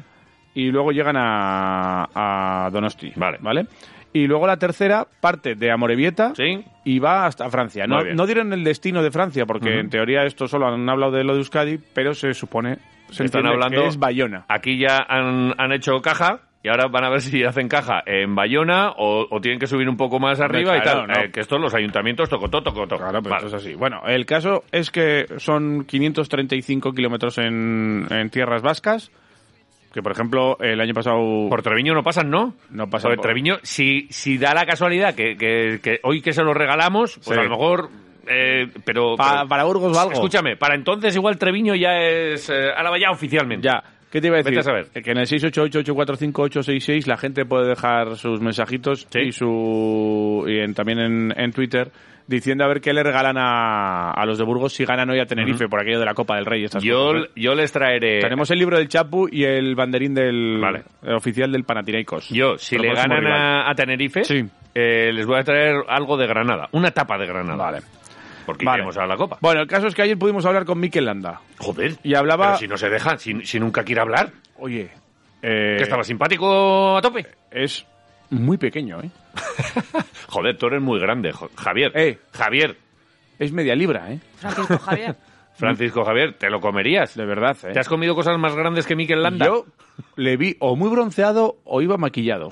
Speaker 2: y luego llegan a, a Donosti.
Speaker 1: Vale.
Speaker 2: Y luego la tercera parte de Amorebieta
Speaker 1: Sí.
Speaker 2: y va hasta Francia. No,
Speaker 1: Muy bien.
Speaker 2: no dieron el destino de Francia, porque en teoría esto solo han hablado de lo de Euskadi, pero se supone se
Speaker 1: Están
Speaker 2: entiende
Speaker 1: hablando-
Speaker 2: que es Bayona.
Speaker 1: Aquí ya han, han hecho caja y ahora van a ver si hacen caja en Bayona o, o tienen que subir un poco más
Speaker 2: Hombre,
Speaker 1: arriba
Speaker 2: claro,
Speaker 1: y tal.
Speaker 2: no.
Speaker 1: Eh, que esto los ayuntamientos tocotó, tocotó.
Speaker 2: Claro, pero
Speaker 1: Vale.
Speaker 2: esto es así. Bueno, el caso es que son 535 kilómetros en, en tierras vascas, que por ejemplo el año pasado...
Speaker 1: Por Treviño no pasan, ¿no?
Speaker 2: No pasan
Speaker 1: Porque
Speaker 2: por-
Speaker 1: Treviño, si, si da la casualidad que, que- que hoy que se lo regalamos, pues
Speaker 2: Sí.
Speaker 1: a lo mejor... eh, pero,
Speaker 2: Pa-
Speaker 1: pero-
Speaker 2: para Burgos valgo.
Speaker 1: Escúchame, para entonces igual Treviño ya es... eh, Álava ya oficialmente.
Speaker 2: Ya. ¿Qué te iba a
Speaker 1: Vete
Speaker 2: decir?
Speaker 1: a saber.
Speaker 2: Que en el 688-845-866 la gente puede dejar sus mensajitos
Speaker 1: Sí.
Speaker 2: y su y en- también en, en Twitter diciendo a ver qué le regalan a, a los de Burgos si ganan hoy a Tenerife por aquello de la Copa del Rey. y Estas
Speaker 1: Yo,
Speaker 2: cosas, ¿eh?
Speaker 1: yo les traeré...
Speaker 2: Tenemos el libro del Chapu y el banderín del
Speaker 1: Vale.
Speaker 2: eh, oficial del Panathinaikos.
Speaker 1: Yo, si
Speaker 2: El
Speaker 1: le
Speaker 2: próximo
Speaker 1: ganan
Speaker 2: rival.
Speaker 1: a, a Tenerife,
Speaker 2: Sí.
Speaker 1: eh, les voy a traer algo de Granada, una tapa de Granada.
Speaker 2: Vale.
Speaker 1: Porque
Speaker 2: Vale.
Speaker 1: iremos a la Copa.
Speaker 2: Bueno, el caso es que ayer pudimos hablar con Mikel Landa.
Speaker 1: Joder.
Speaker 2: Y hablaba-
Speaker 1: Pero si no se deja, si, si nunca quiere hablar,
Speaker 2: Oye, eh,
Speaker 1: que estaba simpático a tope.
Speaker 2: es muy pequeño, ¿eh?
Speaker 1: Joder, tú eres muy grande, jo- Javier.
Speaker 2: Eh.
Speaker 1: Javier,
Speaker 2: Es media libra, ¿eh?
Speaker 3: Francisco Javier.
Speaker 1: Francisco Javier, ¿te lo comerías?
Speaker 2: De verdad, ¿eh?
Speaker 1: ¿Te has comido cosas más grandes que Mikel Landa?
Speaker 2: Yo le vi o muy bronceado o iba maquillado.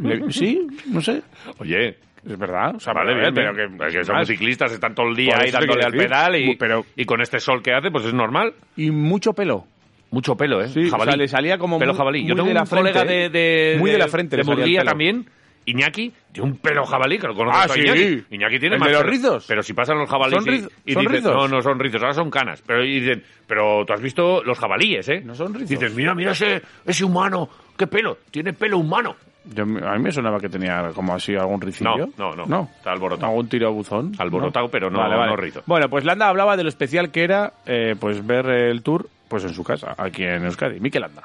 Speaker 2: Le vi- sí, no sé.
Speaker 1: Oye,
Speaker 2: Es verdad. O sea,
Speaker 1: vale, bien,
Speaker 2: pero- pero que,
Speaker 1: es eh, que son
Speaker 2: además,
Speaker 1: ciclistas, están todo el día
Speaker 2: Por
Speaker 1: ahí
Speaker 2: eso te
Speaker 1: dándole
Speaker 2: quiero
Speaker 1: al
Speaker 2: decir.
Speaker 1: pedal y,
Speaker 2: Bu- pero-
Speaker 1: y con este sol que hace, pues es normal.
Speaker 2: Y mucho pelo.
Speaker 1: Mucho pelo, ¿eh?
Speaker 2: Sí, o
Speaker 1: jabalí.
Speaker 2: sea, le salía como
Speaker 1: pelo
Speaker 2: muy-
Speaker 1: jabalí. Yo
Speaker 2: muy
Speaker 1: tengo
Speaker 2: de la
Speaker 1: un
Speaker 2: frente,
Speaker 1: colega
Speaker 2: ¿eh?
Speaker 1: de, de-
Speaker 2: Muy de la frente
Speaker 1: de
Speaker 2: le salía el
Speaker 1: Murguía
Speaker 2: pelo.
Speaker 1: también. Iñaki tiene un pelo jabalí, que lo conozco
Speaker 2: Ah,
Speaker 1: a
Speaker 2: sí.
Speaker 1: Iñaki. Iñaki tiene
Speaker 2: ¿El
Speaker 1: más
Speaker 2: de los
Speaker 1: pelo.
Speaker 2: rizos?
Speaker 1: Pero si pasan los jabalíes
Speaker 2: ¿Son
Speaker 1: y-
Speaker 2: riz-
Speaker 1: y,
Speaker 2: son
Speaker 1: dicen,
Speaker 2: rizos?
Speaker 1: no, no son rizos, ahora son canas. Pero y dicen, pero tú has visto los jabalíes, ¿eh?
Speaker 2: No son rizos.
Speaker 1: Dices, mira, mira ese, ese humano, qué pelo, tiene pelo humano.
Speaker 2: Yo- a mí me sonaba que tenía como así algún ricillo.
Speaker 1: No, no, no. Está alborotado.
Speaker 2: Algún tiro a buzón.
Speaker 1: Alborotado, pero no- no rizo.
Speaker 2: Bueno, pues Landa hablaba de lo especial que era eh, pues ver el tour pues en su casa, aquí en Euskadi. Mikel Landa.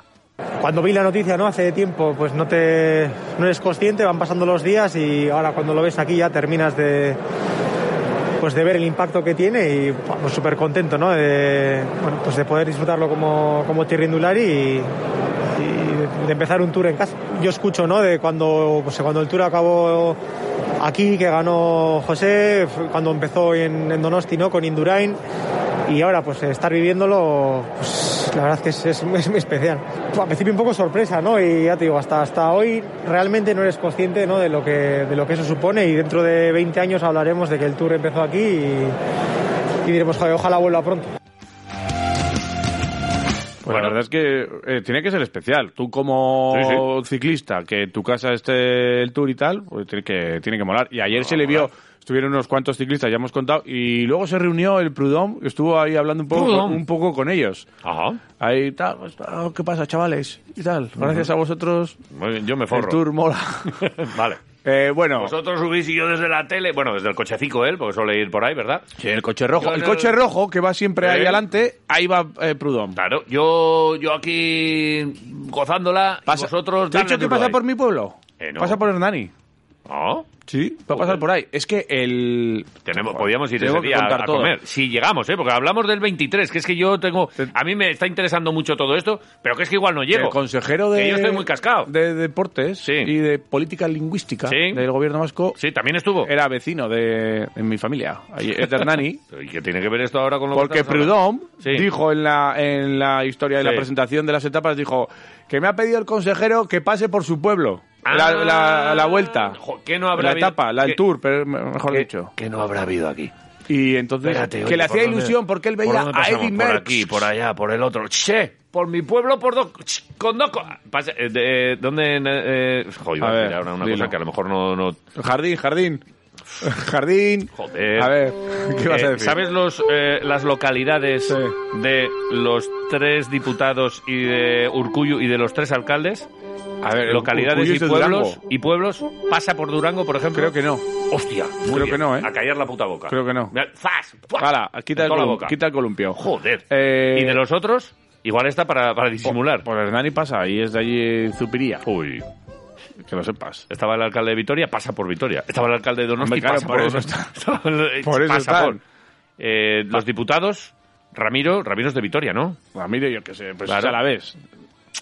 Speaker 4: Cuando vi la noticia, ¿no? Hace tiempo, pues no te no eres consciente, van pasando los días y ahora cuando lo ves aquí ya terminas de pues de ver el impacto que tiene y buah, pues súper contento, ¿no? De, bueno, pues de poder disfrutarlo como como Txirrindulari y, y de empezar un tour en casa. Yo escucho, ¿no? De cuando pues cuando el tour acabó aquí que ganó José, cuando empezó en, en Donosti, ¿no? Con Indurain y ahora pues estar viviéndolo pues, la verdad que es, es- es muy especial al principio un poco sorpresa no y ya te digo hasta hasta hoy realmente no eres consciente ¿no? de lo que de lo que eso supone y dentro de 20 años hablaremos de que el tour empezó aquí y, y diremos "Joder, ojalá vuelva pronto
Speaker 2: Pues
Speaker 1: Bueno.
Speaker 2: la verdad es que eh, tiene que ser especial. Tú como
Speaker 1: Sí,
Speaker 2: ciclista, que en tu casa esté el tour y tal, pues tiene que, tiene que molar. Y ayer se le vio, estuvieron unos cuantos ciclistas, ya hemos contado, y luego se reunió el Prudhomme, estuvo ahí hablando un poco,
Speaker 1: Prudhomme.
Speaker 2: un poco con ellos.
Speaker 1: Ajá.
Speaker 2: Ahí tal, pues, ah, ¿qué pasa chavales? Y tal, gracias a vosotros,
Speaker 1: Muy bien, yo me
Speaker 2: el
Speaker 1: forro.
Speaker 2: tour mola.
Speaker 1: vale.
Speaker 2: Eh, bueno,
Speaker 1: Vosotros subís y yo desde la tele, bueno, desde el cochecico él, porque suele ir por ahí, ¿verdad?
Speaker 2: sí, el coche rojo,
Speaker 1: Yo
Speaker 2: el
Speaker 1: no-
Speaker 2: coche rojo que va siempre ahí
Speaker 1: ¿Eh?
Speaker 2: adelante, ahí va eh, Prudhomme.
Speaker 1: Claro, yo, yo aquí gozándola, y
Speaker 2: Pasa-
Speaker 1: vosotros...
Speaker 2: ¿Te he
Speaker 1: dadle
Speaker 2: dicho que
Speaker 1: duro
Speaker 2: pasa
Speaker 1: ahí.
Speaker 2: por mi pueblo?
Speaker 1: Eh, no.
Speaker 2: Pasa por Hernani.
Speaker 1: No,
Speaker 2: Sí, va a pasar
Speaker 1: Joder.
Speaker 2: por ahí. Es que el...
Speaker 1: tenemos,
Speaker 2: Joder,
Speaker 1: podíamos ir
Speaker 2: tengo
Speaker 1: ese
Speaker 2: que
Speaker 1: día a,
Speaker 2: contar
Speaker 1: a
Speaker 2: todo.
Speaker 1: comer. Si llegamos, ¿eh? Porque hablamos del 23, que es que yo tengo... A mí me está interesando mucho todo esto, pero que es que igual no llego.
Speaker 2: El consejero de...
Speaker 1: Que yo estoy muy cascado.
Speaker 2: De deportes
Speaker 1: Sí.
Speaker 2: y de política lingüística
Speaker 1: Sí.
Speaker 2: del gobierno vasco.
Speaker 1: Sí, también estuvo.
Speaker 2: Era vecino de, de mi familia, ahí, es de Hernani.
Speaker 1: Pero, ¿Y qué tiene que ver esto ahora con lo que
Speaker 2: Porque
Speaker 1: estamos hablando?
Speaker 2: Prudhomme
Speaker 1: Sí.
Speaker 2: dijo en la, en la historia de
Speaker 1: Sí.
Speaker 2: la presentación de las etapas, dijo que me ha pedido el consejero que pase por su pueblo. La, la- la
Speaker 1: Ah.
Speaker 2: vuelta.
Speaker 1: Jo, ¿qué no habrá
Speaker 2: la
Speaker 1: habido?
Speaker 2: etapa, la, el
Speaker 1: ¿Qué-
Speaker 2: tour, pero mejor
Speaker 1: ¿Qué,
Speaker 2: dicho.
Speaker 1: qué no habrá habido aquí?
Speaker 2: Y entonces,
Speaker 1: Espérate,
Speaker 2: que
Speaker 1: oye,
Speaker 2: le
Speaker 1: ¿por
Speaker 2: hacía
Speaker 1: dónde-
Speaker 2: ilusión porque él
Speaker 1: por
Speaker 2: veía
Speaker 1: dónde
Speaker 2: a
Speaker 1: pasamos?
Speaker 2: Eddie
Speaker 1: Por
Speaker 2: Merckx.
Speaker 1: aquí, por allá, por el otro. Che, por mi pueblo, por dos... ch, Con dos... co- Pasa- eh, de- ¿Dónde...? eh, jo, iba
Speaker 2: A
Speaker 1: a
Speaker 2: ver,
Speaker 1: decir ahora una
Speaker 2: dilo.
Speaker 1: cosa que a lo mejor no... no-
Speaker 2: Jardín, jardín. jardín.
Speaker 1: Joder.
Speaker 2: A ver, ¿qué vas a
Speaker 1: Eh,
Speaker 2: decir?
Speaker 1: ¿Sabes los, eh, las localidades
Speaker 2: Sí.
Speaker 1: de los tres diputados y de Urcuyo y de los tres alcaldes?
Speaker 2: A ver,
Speaker 1: localidades
Speaker 2: Urcuyo
Speaker 1: y
Speaker 2: es de
Speaker 1: pueblos,
Speaker 2: Durango.
Speaker 1: y pueblos. ¿Pasa por Durango, por ejemplo?
Speaker 2: Creo que no.
Speaker 1: Hostia, muy
Speaker 2: Creo
Speaker 1: bien.
Speaker 2: que no, ¿eh?
Speaker 1: A callar la puta boca.
Speaker 2: Creo que no.
Speaker 1: Mira, ¡Zas! ¡Fua!
Speaker 2: Hala, quita
Speaker 1: En
Speaker 2: el,
Speaker 1: toda la
Speaker 2: colum-
Speaker 1: boca.
Speaker 2: quita el columpio.
Speaker 1: Joder.
Speaker 2: Eh,
Speaker 1: ¿Y de los otros? Igual está para, para disimular.
Speaker 2: Por Pues Hernani pasa, y es de allí Zupiría.
Speaker 1: Uy.
Speaker 2: Que lo sepas.
Speaker 1: Estaba el alcalde de Vitoria, pasa por Vitoria. Estaba el alcalde de Donosti,
Speaker 2: Hombre, claro,
Speaker 1: pasa
Speaker 2: por
Speaker 1: por,
Speaker 2: eso
Speaker 1: Donosti.
Speaker 2: está.
Speaker 1: Estaba el-
Speaker 2: Por eso Ah.
Speaker 1: pasa
Speaker 2: están.
Speaker 1: por. Eh, los diputados, Ramiro, Ramiro es de Vitoria, ¿no?
Speaker 2: Ramiro, yo qué sé, pues
Speaker 1: Claro.
Speaker 2: es a la vez.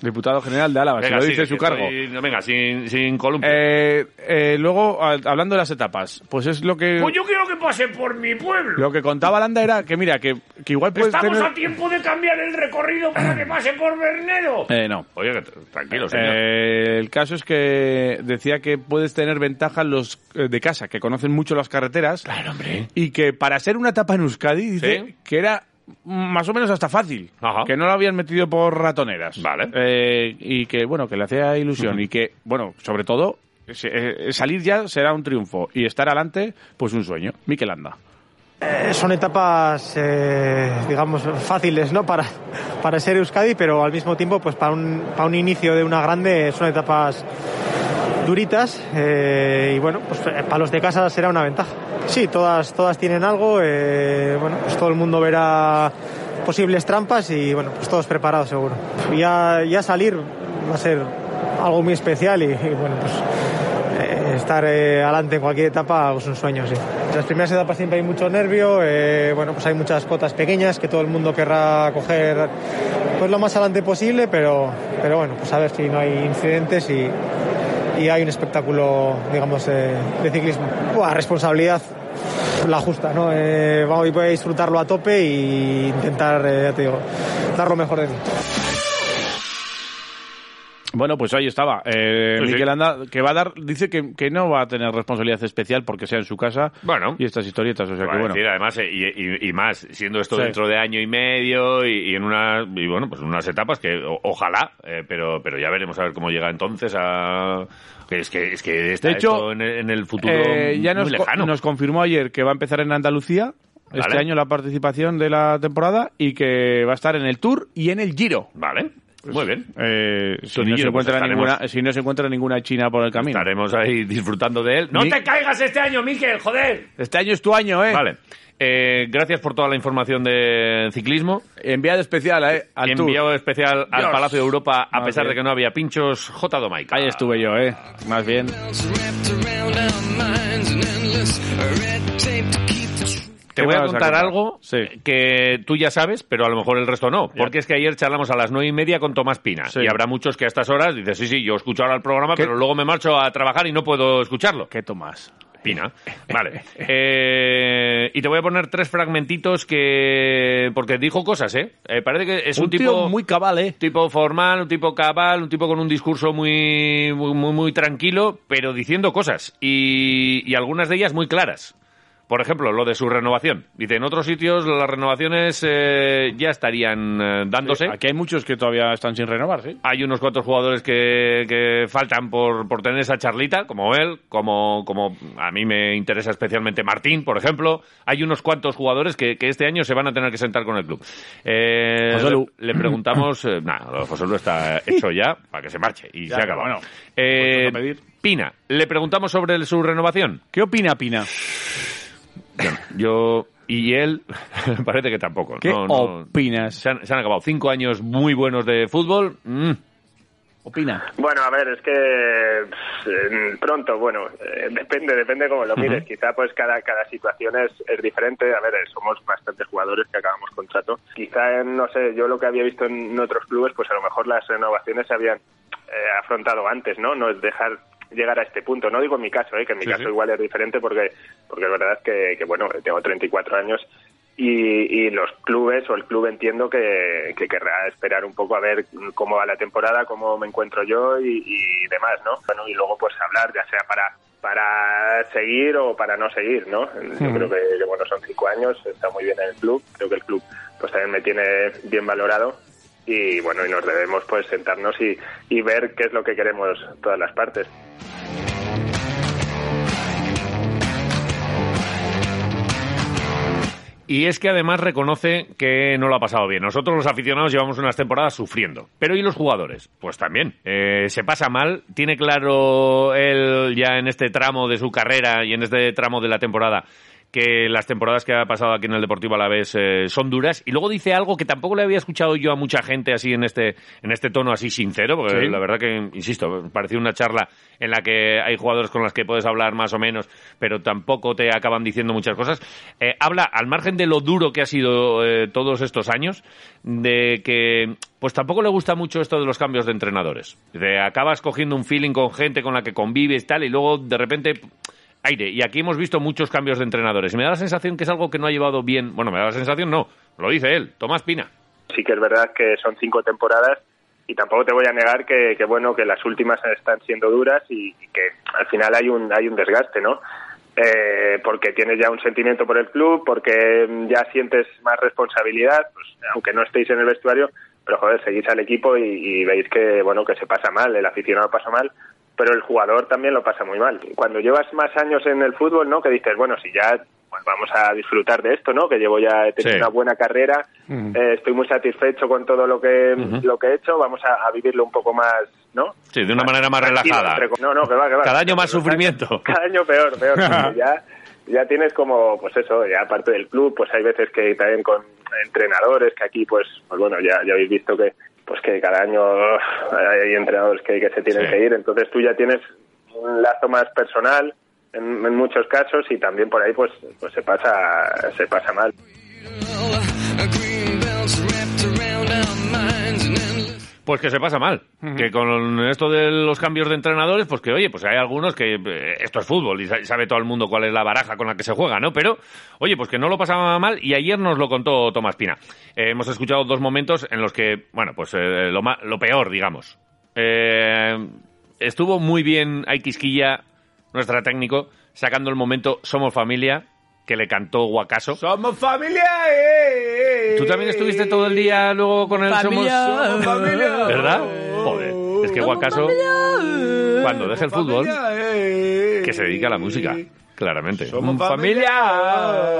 Speaker 2: Diputado general de Álava, se Ah, lo
Speaker 1: sí,
Speaker 2: dice
Speaker 1: que
Speaker 2: su cargo.
Speaker 1: estoy- no, venga, sin, sin columpio.
Speaker 2: Eh, eh, luego, al- hablando de las etapas, pues es lo que...
Speaker 1: Pues yo quiero que pase por mi pueblo.
Speaker 2: Lo que contaba Landa era que, mira, que, que igual puedes
Speaker 1: Estamos
Speaker 2: tener...
Speaker 1: a tiempo de cambiar el recorrido para que pase por Bernedo.
Speaker 2: Eh, no.
Speaker 1: Oye, que t- tranquilo, señor.
Speaker 2: Eh, el caso es que decía que puedes tener ventaja los eh, de casa, que conocen mucho las carreteras,
Speaker 1: claro, hombre.
Speaker 2: y que para ser una etapa en Euskadi, dice
Speaker 1: Sí.
Speaker 2: que era más o menos hasta fácil,
Speaker 1: Ajá.
Speaker 2: que no lo habían metido por ratoneras.
Speaker 1: Vale.
Speaker 2: Eh, y que, bueno, que le hacía ilusión, y que, bueno, sobre todo, se- eh, salir ya será un triunfo, y estar adelante, pues un sueño. Mikel Anda.
Speaker 4: Eh, son etapas, eh, digamos, fáciles, ¿no? Para, para ser Euskadi, pero al mismo tiempo, pues para un, para un inicio de una grande, son etapas duritas eh, y bueno, pues eh, para los de casa será una ventaja. Sí, todas, todas tienen algo, eh, bueno, pues todo el mundo verá posibles trampas y bueno, pues todos preparados seguro. Ya, ya salir va a ser algo muy especial y, y, bueno, pues eh, estar eh, adelante en cualquier etapa es un sueño, sí. En Las primeras etapas siempre hay mucho nervio, eh, bueno, pues hay muchas cotas pequeñas que todo el mundo querrá coger pues lo más adelante posible, pero, pero bueno, pues a ver si no hay incidentes y, y hay un espectáculo, digamos, eh, de ciclismo. Buah, responsabilidad la justa, ¿no? Eh, vamos, voy a disfrutarlo a tope y intentar, eh, ya te digo, dar lo mejor de mí.
Speaker 2: Bueno, pues ahí estaba. Eh,
Speaker 1: Sí, sí.
Speaker 2: Mikel Anda, que va a dar, dice que, que no va a tener responsabilidad especial porque sea en su casa Pues
Speaker 1: Bueno.
Speaker 2: y estas historietas. O sea
Speaker 1: Va
Speaker 2: que
Speaker 1: a
Speaker 2: bueno.
Speaker 1: decir, además, eh, y, y- y más, siendo esto
Speaker 2: Sí.
Speaker 1: dentro de año y medio y, y en una, y bueno, pues en unas etapas que o- ojalá, eh, pero, pero ya veremos a ver cómo llega entonces a... que Es que, es que está
Speaker 2: De hecho,
Speaker 1: esto en, el- en el futuro
Speaker 2: Eh, ya
Speaker 1: muy
Speaker 2: nos, co-
Speaker 1: lejano.
Speaker 2: nos confirmó ayer que va a empezar en Andalucía este
Speaker 1: Vale.
Speaker 2: año la participación de la temporada y que va a estar en el Tour y en el Giro.
Speaker 1: Vale,
Speaker 2: pues
Speaker 1: muy bien.
Speaker 2: Eh, si,
Speaker 1: Tour y
Speaker 2: no se
Speaker 1: Giro, pues
Speaker 2: encuentra
Speaker 1: estaremos-
Speaker 2: ninguna, si no se encuentra ninguna china por el camino.
Speaker 1: Estaremos ahí disfrutando de él. ¡No
Speaker 2: Mi-
Speaker 1: te caigas este año, Miquel! ¡Joder!
Speaker 2: Este año es tu año, ¿eh?
Speaker 1: Vale. Eh, gracias por toda la información de ciclismo.
Speaker 2: Enviado especial ¿eh? al
Speaker 1: Enviado
Speaker 2: Tour.
Speaker 1: especial al
Speaker 2: Dios.
Speaker 1: Palacio de Europa, a
Speaker 2: Más
Speaker 1: pesar de que
Speaker 2: bien.
Speaker 1: no había pinchos, J. Domaica.
Speaker 2: Ahí estuve yo, ¿eh? Más bien.
Speaker 5: wrapped around our minds and endless red tape to keep the truth.
Speaker 1: Te
Speaker 2: ¿Qué
Speaker 1: voy a
Speaker 2: me vas a
Speaker 1: contar
Speaker 2: contar?
Speaker 1: algo
Speaker 2: Sí.
Speaker 1: que tú ya sabes, pero a lo mejor el resto no. Porque es que ayer charlamos a las nueve y media con Tomás Pina.
Speaker 2: Sí.
Speaker 1: Y habrá muchos que a estas horas dicen, sí, sí, yo escucho ahora el programa,
Speaker 2: ¿Qué?
Speaker 1: pero luego me marcho a trabajar y no puedo escucharlo.
Speaker 2: ¿Qué tomas?
Speaker 1: Pina. Vale. Eh, y te voy a poner tres fragmentitos que... Porque dijo cosas, ¿eh? Eh, parece que es un,
Speaker 2: tío
Speaker 1: tipo...
Speaker 2: muy cabal, ¿eh?
Speaker 1: tipo formal, un tipo cabal, un tipo con un discurso muy muy, muy, muy tranquilo, pero diciendo cosas y, y algunas de ellas muy claras. Por ejemplo, lo de su renovación. Dice, en otros sitios las renovaciones eh, ya estarían eh, dándose.
Speaker 2: Aquí hay muchos que todavía están sin renovar, ¿sí?
Speaker 1: Hay unos cuantos jugadores que, que faltan por, por tener esa charlita, como él, como, como a mí me interesa especialmente Martín, por ejemplo. Hay unos cuantos jugadores que, que este año se van a tener que sentar con el club. Eh,
Speaker 2: José Lu.
Speaker 1: Le preguntamos... eh, nah, lo de José Lu está hecho ya para que se marche y
Speaker 2: Ya,
Speaker 1: se acaba.
Speaker 2: bueno,
Speaker 1: Eh,
Speaker 2: puestos a pedir.
Speaker 1: Pina, le preguntamos sobre su renovación.
Speaker 2: ¿Qué opina Pina?
Speaker 1: Yo... Y él parece que tampoco.
Speaker 2: ¿Qué
Speaker 1: No, no.
Speaker 2: opinas?
Speaker 1: Se han, se han acabado cinco años muy buenos de fútbol. Mm.
Speaker 2: ¿Opina?
Speaker 6: Bueno, a ver, es que pff, eh, pronto, bueno, eh, depende, depende cómo lo mires. Quizá pues cada, cada situación es, es diferente. A ver, eh, somos bastantes jugadores que acabamos contrato. Quizá, en, no sé, yo lo que había visto en otros clubes, pues a lo mejor las renovaciones se habían eh, afrontado antes, ¿no? No es dejar llegar a este punto. No digo en mi caso, ¿eh? que en mi
Speaker 1: Sí,
Speaker 6: caso
Speaker 1: sí.
Speaker 6: igual es diferente porque porque la verdad es que, que, bueno, tengo 34 años y, y los clubes o el club entiendo que, que querrá esperar un poco a ver cómo va la temporada, cómo me encuentro yo y, y demás, ¿no? Bueno, y luego pues hablar, ya sea para para seguir o para no seguir, ¿no? Yo creo que, que, bueno, son cinco años, está muy bien en el club, creo que el club pues también me tiene bien valorado y bueno, y nos debemos pues sentarnos y, y ver qué es lo que queremos todas las partes.
Speaker 1: Y es que además reconoce que no lo ha pasado bien. Nosotros los aficionados llevamos unas temporadas sufriendo. Pero ¿y los jugadores? Pues también. Eh, se pasa mal. Tiene claro él ya en este tramo de su carrera y en este tramo de la temporada que las temporadas que ha pasado aquí en el Deportivo a la vez eh, son duras. Y luego dice algo que tampoco le había escuchado yo a mucha gente así en este, en este tono así sincero, porque
Speaker 2: Sí.
Speaker 1: la verdad que, insisto, parecía una charla en la que hay jugadores con las que puedes hablar más o menos, pero tampoco te acaban diciendo muchas cosas. Eh, habla, al margen de lo duro que ha sido eh, todos estos años, de que pues tampoco le gusta mucho esto de los cambios de entrenadores. De acabas cogiendo un feeling con gente con la que convives tal, y luego de repente aire. Y aquí hemos visto muchos cambios de entrenadores. Y me da la sensación que es algo que no ha llevado bien. Bueno, me da la sensación, no. Lo dice él, Tomás Pina.
Speaker 6: sí que es verdad que son cinco temporadas y tampoco te voy a negar que, que, bueno que las últimas están siendo duras y, y que al final hay un hay un desgaste no Eh, porque tienes ya un sentimiento por el club porque mm, ya sientes más responsabilidad pues, aunque no estéis en el vestuario pero joder seguís al equipo y, y veis que bueno que se pasa mal el aficionado pasa mal pero el jugador también lo pasa muy mal cuando llevas más años en el fútbol no que dices bueno si ya pues vamos a disfrutar de esto no que llevo ya he tenido
Speaker 1: Sí.
Speaker 6: una buena carrera eh, estoy muy satisfecho con todo lo que lo que he hecho vamos a, a vivirlo un poco más no
Speaker 1: Sí, de una manera más
Speaker 6: Tranquilo,
Speaker 1: relajada.
Speaker 6: entre com- no no que va que va
Speaker 1: Cada año más
Speaker 6: Cada-
Speaker 1: sufrimiento.
Speaker 6: cada año peor peor porque ya ya tienes como pues eso ya aparte del club pues hay veces que también con entrenadores que aquí pues pues bueno ya ya habéis visto que pues que cada año uf, hay entrenadores que, que se tienen
Speaker 1: Sí.
Speaker 6: que ir entonces tú ya tienes un lazo más personal en, en muchos casos y también por ahí pues pues se pasa se pasa mal
Speaker 5: A green belt's wrapped around our minds and endless.
Speaker 1: Pues que se pasa mal. Que con esto de los cambios de entrenadores, pues que oye, pues hay algunos que eh, esto es fútbol y sa- sabe todo el mundo cuál es la baraja con la que se juega, ¿no? Pero oye, pues que no lo pasaba mal y ayer nos lo contó Tomás Pina. Eh, hemos escuchado dos momentos en los que, bueno, pues eh, lo, ma- lo peor, digamos. Eh, estuvo muy bien Aikisquilla, nuestra técnico, sacando el momento Somos Familia, que le cantó Guacaso.
Speaker 2: ¡Somos familia! eh, eh, eh.
Speaker 1: Tú también estuviste todo el día luego con el Somos...
Speaker 3: Familia.
Speaker 2: Somos familia.
Speaker 1: ¿Verdad? Joder, es que Guacaso, cuando deje el fútbol, que
Speaker 2: que
Speaker 1: se dedica a la música, claramente.
Speaker 2: Somos
Speaker 1: Mm,
Speaker 2: familia.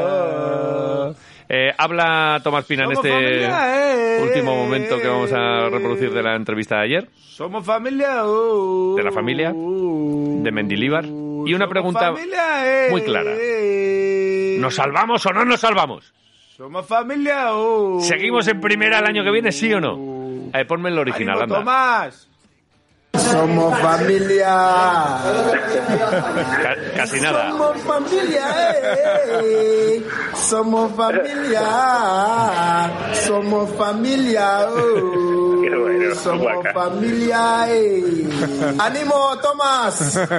Speaker 1: Eh, habla Tomás Pina
Speaker 2: Somos
Speaker 1: en este
Speaker 2: familia, eh.
Speaker 1: último momento que vamos a reproducir de la entrevista de ayer,
Speaker 2: Somos familia. uh.
Speaker 1: De la familia, de Mendilíbar. Y una pregunta muy clara. ¿Nos salvamos o no nos salvamos?
Speaker 2: eh. Somos familia. uh.
Speaker 1: ¿Seguimos en primera el año que viene, sí o no? Eh, ponme el original,
Speaker 2: Ánimo,
Speaker 1: anda.
Speaker 2: Tomás.
Speaker 7: Somos familia.
Speaker 1: Ca- casi nada.
Speaker 7: Somos familia. eh, eh. Somos familia. Somos familia. oh.
Speaker 6: Qué bueno,
Speaker 7: Somos
Speaker 6: guaca.
Speaker 7: familia. eh. Ánimo, Tomás.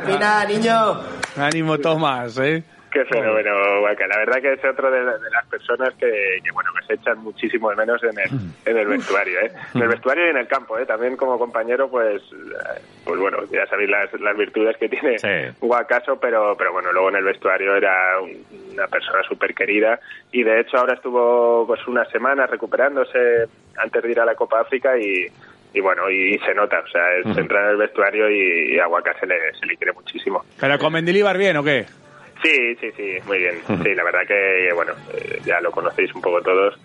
Speaker 7: Opina, niño.
Speaker 2: Ánimo, Tomás, ¿eh?
Speaker 6: Qué fenómeno, Waka. La verdad que es otro de, de las personas que, que, bueno, que se echan muchísimo de menos en el, en el vestuario, ¿eh? En el vestuario y en el campo, ¿eh? También como compañero, pues, eh, pues bueno, ya sabéis las, las virtudes que tiene
Speaker 1: Sí.
Speaker 6: Guacaso, pero, pero bueno, luego en el vestuario era un- una persona súper querida y de hecho ahora estuvo pues unas semanas recuperándose antes de ir a la Copa África y, y bueno, y, se nota, o sea, es entrar en el vestuario y, y a Waka se le, se le quiere muchísimo.
Speaker 2: ¿Pero con Mendilibar bien o qué?
Speaker 6: Sí, sí, sí, muy bien. Sí, la verdad que, bueno, eh, ya lo conocéis un poco todos.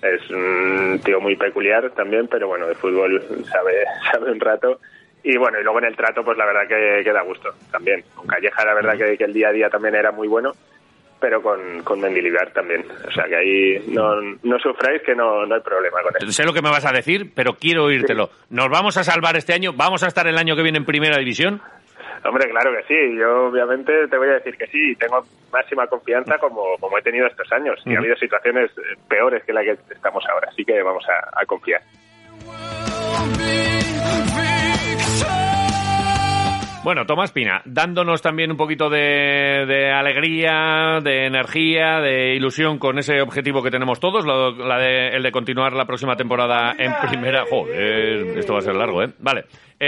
Speaker 6: Es un tío muy peculiar también, pero bueno, de fútbol sabe, sabe un rato. Y bueno, y luego en el trato, pues la verdad que, que da gusto también. Con Calleja, la verdad que, que el día a día también era muy bueno, pero con, con Mendilibar también. O sea que ahí no, no sufráis que no, no hay problema con eso.
Speaker 1: Sé lo que me vas a decir, pero quiero oírtelo. ¿Nos vamos a salvar este año? ¿Vamos a estar el año que viene en primera división?
Speaker 6: Hombre, claro que sí. Yo obviamente te voy a decir que sí. Tengo máxima confianza como, como he tenido estos años. Y ha habido situaciones eh, peores que la que estamos ahora. Así que vamos a, a confiar.
Speaker 5: We'll be victorious.
Speaker 1: Bueno, Tomás Pina, dándonos también un poquito de, de alegría, de energía, de ilusión con ese objetivo que tenemos todos, la, la de, el de continuar la próxima temporada en primera. Joder, esto va a ser largo, ¿eh? Vale.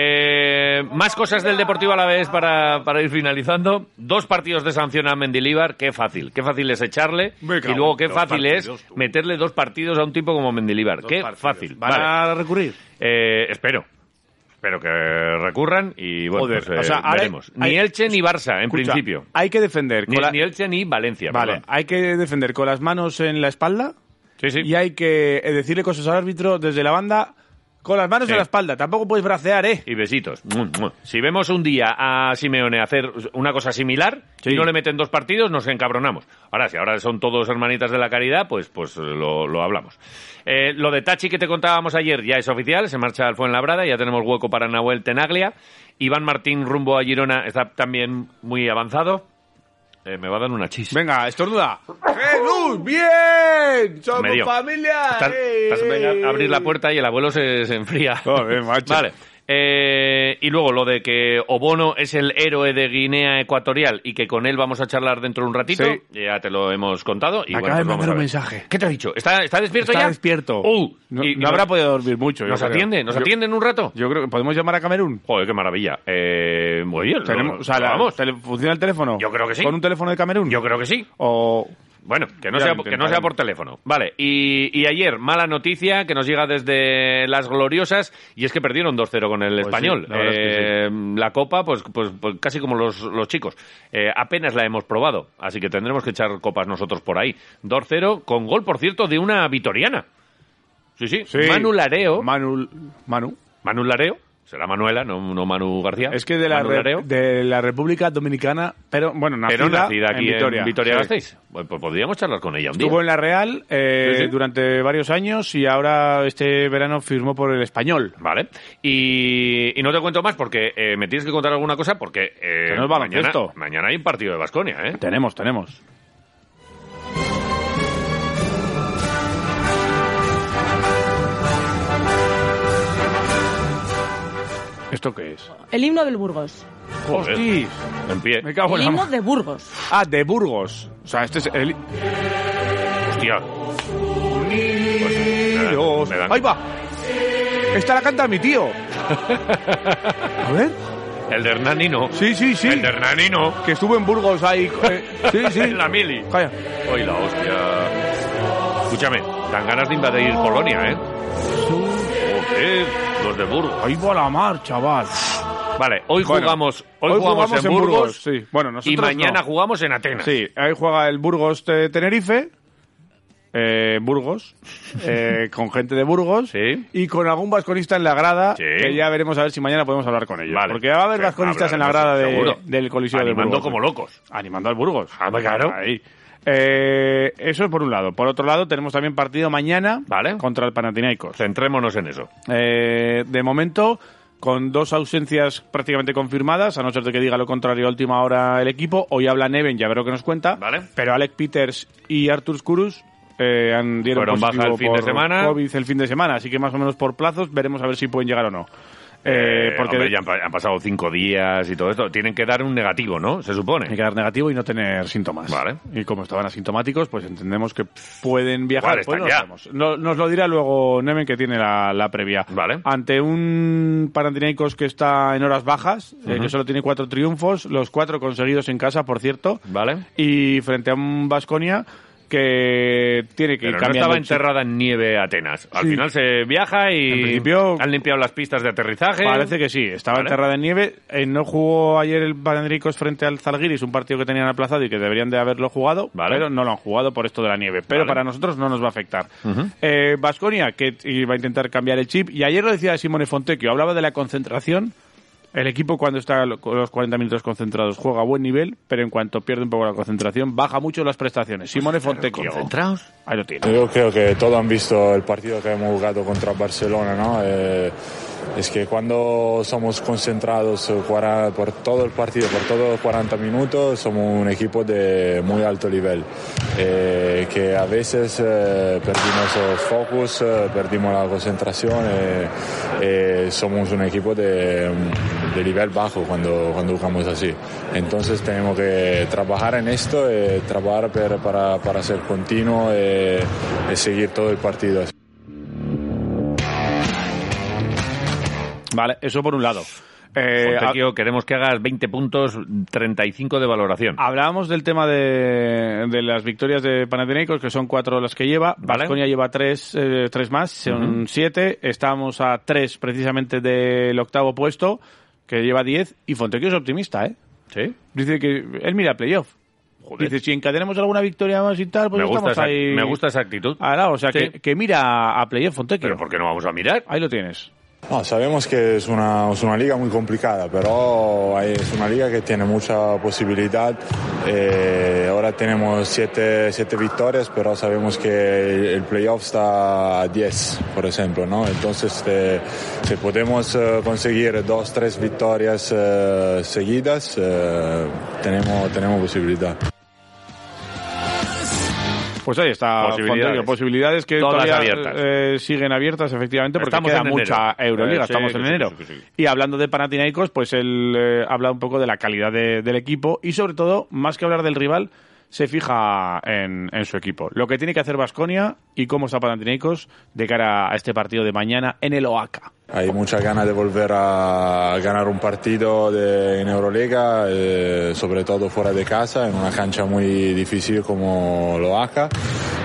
Speaker 1: Eh, más cosas del Deportivo a la vez para, para ir finalizando. Dos partidos de sanción a Mendilíbar, qué fácil. Qué fácil es echarle
Speaker 8: Me
Speaker 1: y
Speaker 8: cago,
Speaker 1: luego qué
Speaker 8: dos
Speaker 1: fácil
Speaker 8: partidos,
Speaker 1: es
Speaker 8: tú.
Speaker 1: meterle dos partidos a un tipo como Mendilíbar.
Speaker 8: Dos
Speaker 1: Qué
Speaker 8: partidos.
Speaker 1: fácil.
Speaker 2: ¿Van
Speaker 1: Vale.
Speaker 2: a recurrir?
Speaker 1: Eh, espero. Espero que recurran y bueno,
Speaker 8: Joder,
Speaker 1: pues, eh,
Speaker 2: o sea, ahora
Speaker 1: veremos.
Speaker 2: hay-
Speaker 1: ni Elche ni Barça, en
Speaker 2: Escucha,
Speaker 1: principio.
Speaker 2: Hay que defender.
Speaker 1: Ni,
Speaker 2: con la-
Speaker 1: ni Elche ni Valencia.
Speaker 2: Vale,
Speaker 1: perdón.
Speaker 2: hay que defender con las manos en la espalda
Speaker 1: Sí, sí.
Speaker 2: y hay que eh, decirle cosas al árbitro desde la banda con las manos
Speaker 1: Sí.
Speaker 2: en la espalda. Tampoco puedes bracear, ¿eh?
Speaker 1: Y besitos. Mua, mua. Si vemos un día a Simeone hacer una cosa similar
Speaker 2: Sí.
Speaker 1: y no le meten dos partidos, nos encabronamos. Ahora, si ahora son todos hermanitas de la caridad, pues, pues eh, lo, lo hablamos. Eh, lo de Tachi que te contábamos ayer ya es oficial, se marcha al Fuenlabrada, ya tenemos hueco para Nahuel Tenaglia. Iván Martín rumbo a Girona está también muy avanzado. Eh, me va a dar una chis.
Speaker 2: Venga, estornuda. ¡Jesús! ¡Bien! ¡Somos
Speaker 1: Me dio.
Speaker 2: familia!
Speaker 1: Estás,
Speaker 2: ¡Eh!
Speaker 1: estás venga- a abrir la puerta y el abuelo se, se enfría.
Speaker 2: Joder, macho.
Speaker 1: Vale. Eh, y luego lo de que Obono es el héroe de Guinea Ecuatorial y que con él vamos a charlar dentro de un ratito.
Speaker 2: Sí.
Speaker 1: Ya te lo hemos contado. Y
Speaker 2: Me
Speaker 1: bueno,
Speaker 2: acaba de
Speaker 1: pues vamos
Speaker 2: mandar
Speaker 1: a
Speaker 2: un
Speaker 1: ver.
Speaker 2: mensaje.
Speaker 1: ¿Qué te ha dicho? ¿Está, está despierto
Speaker 2: Está
Speaker 1: ya?
Speaker 2: despierto.
Speaker 1: ¡Uh!
Speaker 2: no
Speaker 1: Y- y
Speaker 2: no
Speaker 1: nos-
Speaker 2: habrá podido dormir mucho. yo
Speaker 1: ¿Nos
Speaker 2: creo.
Speaker 1: atiende? ¿Nos
Speaker 2: Yo-
Speaker 1: atiende en un rato?
Speaker 2: Yo creo que podemos llamar a Camerún.
Speaker 1: Joder, qué maravilla. Eh, muy bien.
Speaker 2: Tenemos,
Speaker 1: lo-
Speaker 2: o sea, la-
Speaker 1: vamos.
Speaker 2: tele- ¿funciona el teléfono?
Speaker 1: Yo creo que sí.
Speaker 2: ¿Con un teléfono de Camerún?
Speaker 1: Yo creo que sí.
Speaker 2: O...
Speaker 1: Bueno, que no,
Speaker 2: Ya
Speaker 1: sea,
Speaker 2: lo
Speaker 1: que no sea por teléfono. Vale, y, y ayer, mala noticia que nos llega desde las gloriosas, y es que perdieron 2-0 con el
Speaker 2: Pues sí,
Speaker 1: español.
Speaker 2: la verdad es que
Speaker 1: Eh, la copa, pues, pues, pues casi como los, los chicos. Eh, apenas la hemos probado, así que tendremos que echar copas nosotros por ahí. 2-0 con gol, por cierto, de una vitoriana. Sí, sí,
Speaker 2: Sí.
Speaker 1: Manu Lareo.
Speaker 2: Manu... Manu.
Speaker 1: Manu Lareo. Será Manuela, no, no Manu García.
Speaker 2: Es que de la,
Speaker 1: Manu
Speaker 2: re-
Speaker 1: Lareo.
Speaker 2: de la República Dominicana, pero bueno, nacida,
Speaker 1: Pero nacida aquí en Vitoria.
Speaker 2: Sí.
Speaker 1: Gasteiz. Bueno, Pues podríamos charlar con ella un día.
Speaker 2: Estuvo en la Real eh,
Speaker 1: Sí, sí.
Speaker 2: durante varios años y ahora este verano firmó por el español.
Speaker 1: Vale. Y, y no te cuento más porque eh, me tienes que contar alguna cosa porque eh,
Speaker 2: Que no es
Speaker 1: mañana,
Speaker 2: baloncesto.
Speaker 1: mañana hay un partido de Basconia, ¿eh?
Speaker 2: Tenemos, tenemos. ¿Esto qué es?
Speaker 3: El himno del Burgos.
Speaker 1: Joder.
Speaker 2: ¡Hostis!
Speaker 1: En pie.
Speaker 2: Me cago en
Speaker 3: El
Speaker 2: la
Speaker 3: himno
Speaker 2: ma-
Speaker 3: de Burgos.
Speaker 2: Eh, Ah, de Burgos. O sea, este es el...
Speaker 1: Hostia. Pues, nada,
Speaker 2: Dios.
Speaker 1: me dan-
Speaker 2: ¡Ahí va! Esta la canta mi tío. A ver.
Speaker 1: El de Hernani no.
Speaker 2: Sí, sí, sí.
Speaker 1: El de Hernani no.
Speaker 2: Que estuvo en Burgos ahí. eh, sí, sí.
Speaker 1: la mili.
Speaker 2: Calla.
Speaker 1: Hoy la hostia. Escúchame, dan ganas de invadir Polonia, ¿eh? Joder, los de Burgos.
Speaker 2: Ahí va la mar, chaval.
Speaker 1: Vale, hoy
Speaker 2: Bueno,
Speaker 1: jugamos, hoy jugamos, en, Burgos,
Speaker 2: sí. Bueno, nosotros
Speaker 1: y mañana
Speaker 2: no.
Speaker 1: jugamos en Atenas.
Speaker 2: Sí, ahí juega el Burgos eh, Tenerife. eh, Burgos, eh, con gente de Burgos
Speaker 1: Sí.
Speaker 2: y con algún vasconista en la grada,
Speaker 1: Sí.
Speaker 2: que ya veremos a ver si mañana podemos hablar con ellos.
Speaker 1: Vale.
Speaker 2: Porque va a haber
Speaker 1: Sí,
Speaker 2: vasconistas en la grada
Speaker 1: hablaremos,
Speaker 2: de-
Speaker 1: seguro.
Speaker 2: del Coliseo
Speaker 1: Animando
Speaker 2: de Burgos.
Speaker 1: como locos.
Speaker 2: Animando al Burgos.
Speaker 1: Ah, pues claro.
Speaker 2: Ahí. Eh, eso es por un lado. Por otro lado, tenemos también partido mañana
Speaker 1: Vale.
Speaker 2: contra el Panathinaikos.
Speaker 1: Centrémonos en eso.
Speaker 2: Eh, de momento, con dos ausencias prácticamente confirmadas, a no ser de que diga lo contrario a última hora el equipo. Hoy habla Neven, ya veré que nos cuenta.
Speaker 1: Vale.
Speaker 2: Pero Alec Peters y Artur Skurus eh, han dieron
Speaker 1: Fueron baja
Speaker 2: positivo
Speaker 1: el fin de
Speaker 2: por
Speaker 1: semana.
Speaker 2: COVID el fin de semana, así que más o menos por plazos veremos a ver si pueden llegar o no. Eh,
Speaker 1: Eh,
Speaker 2: porque
Speaker 1: hombre, ya han, pa- han pasado cinco días y todo esto. Tienen que dar un negativo, ¿no? Se supone.
Speaker 2: hay que dar negativo y no tener síntomas.
Speaker 1: Vale.
Speaker 2: Y como estaban asintomáticos, pues entendemos que pueden viajar.
Speaker 1: Igual
Speaker 2: pues
Speaker 1: están
Speaker 2: no
Speaker 1: ya.
Speaker 2: lo sabemos. No- nos lo dirá luego Neven, que tiene la, la previa.
Speaker 1: Vale.
Speaker 2: Ante un Panathinaikos que está en horas bajas, eh, que solo tiene cuatro triunfos, los cuatro conseguidos en casa, por cierto.
Speaker 1: Vale.
Speaker 2: Y frente a un Vasconia que tiene que ir
Speaker 1: Pero no
Speaker 2: cambiando
Speaker 1: estaba
Speaker 2: el chip.
Speaker 1: enterrada en nieve Atenas. Al
Speaker 2: Sí.
Speaker 1: final se viaja
Speaker 2: En
Speaker 1: y
Speaker 2: principio-
Speaker 1: han limpiado las pistas de aterrizaje.
Speaker 2: Parece que sí, estaba
Speaker 1: Vale.
Speaker 2: enterrada en nieve. Eh, no jugó ayer el Panathinaikos frente al Zalgiris, un partido que tenían aplazado y que deberían de haberlo jugado,
Speaker 1: Vale.
Speaker 2: pero no lo han jugado por esto de la nieve. Pero
Speaker 1: Vale.
Speaker 2: para nosotros no nos va a afectar. Eh, Baskonia, que iba a intentar cambiar el chip, y ayer lo decía Simone Fontecchio, hablaba de la concentración. El equipo cuando está lo- con los 40 minutos concentrados juega a buen nivel, pero en cuanto pierde un poco la concentración, baja mucho las prestaciones. Simone Fontecchio.
Speaker 1: Concentraos.
Speaker 2: Ahí lo tiene.
Speaker 9: Yo creo que todos han visto el partido que hemos jugado contra Barcelona, ¿no? Eh, es que cuando somos concentrados eh, cuara- por todo el partido, por todos los 40 minutos, somos un equipo de muy alto nivel. Eh, que a veces eh, perdimos el focus, eh, perdimos la concentración, eh, eh, somos un equipo de mm, de nivel bajo cuando, cuando jugamos así. Entonces tenemos que trabajar en esto, eh, trabajar per- para, para ser continuo eh, y seguir todo el partido.
Speaker 2: Vale, eso por un lado. Eh, ha-
Speaker 1: Fontecchio, Pues, queremos que hagas 20 puntos, 35 de valoración.
Speaker 2: Hablábamos del tema de, de las victorias de Panathinaikos, que son cuatro las que lleva.
Speaker 1: Vale.
Speaker 2: Vasconia lleva tres, eh, tres más, son siete. Estamos a tres precisamente del octavo puesto, que lleva diez. Y Fontecchio es optimista, ¿eh?
Speaker 1: ¿Sí?
Speaker 2: Dice que él mira playoff.
Speaker 1: Joder.
Speaker 2: Dice, si encadenamos alguna victoria más y tal, pues
Speaker 1: me, gusta
Speaker 2: estamos
Speaker 1: esa,
Speaker 2: ahí.
Speaker 1: me gusta esa actitud.
Speaker 2: Ahora, o sea,
Speaker 1: Sí.
Speaker 2: que, que mira a playoff Fontecchio.
Speaker 1: Pero ¿por qué no vamos a mirar?
Speaker 2: Ahí lo tienes.
Speaker 9: No, sabemos que es una, es una liga muy complicada, pero hay- es una liga que tiene mucha posibilidad. Eh, ahora tenemos siete, siete victorias, pero sabemos que el, el playoff está a 10, por ejemplo, ¿no? Entonces, eh, si podemos eh, conseguir dos, tres victorias eh, seguidas, eh, tenemos, tenemos posibilidad.
Speaker 2: Pues ahí está
Speaker 1: Posibilidades.
Speaker 2: Fontecchio. Posibilidades que
Speaker 1: Todas
Speaker 2: todavía
Speaker 1: abiertas.
Speaker 2: eh, siguen abiertas, efectivamente, porque
Speaker 1: Estamos
Speaker 2: queda
Speaker 1: en
Speaker 2: mucha
Speaker 1: enero.
Speaker 2: Euroliga.
Speaker 1: Eh, sí,
Speaker 2: estamos
Speaker 1: que
Speaker 2: en
Speaker 1: sí, que
Speaker 2: enero.
Speaker 1: sí, que sí.
Speaker 2: Y hablando de Panathinaikos, pues él eh, habla un poco de la calidad de- del equipo y, sobre todo, más que hablar del rival, se fija en, en su equipo. Lo que tiene que hacer Vasconia y cómo está Panathinaikos de cara a este partido de mañana en el OACA.
Speaker 9: Hay muchas ganas de volver a ganar un partido de- en Euroliga, eh, sobre todo fuera de casa, en una cancha muy difícil como lo Aca.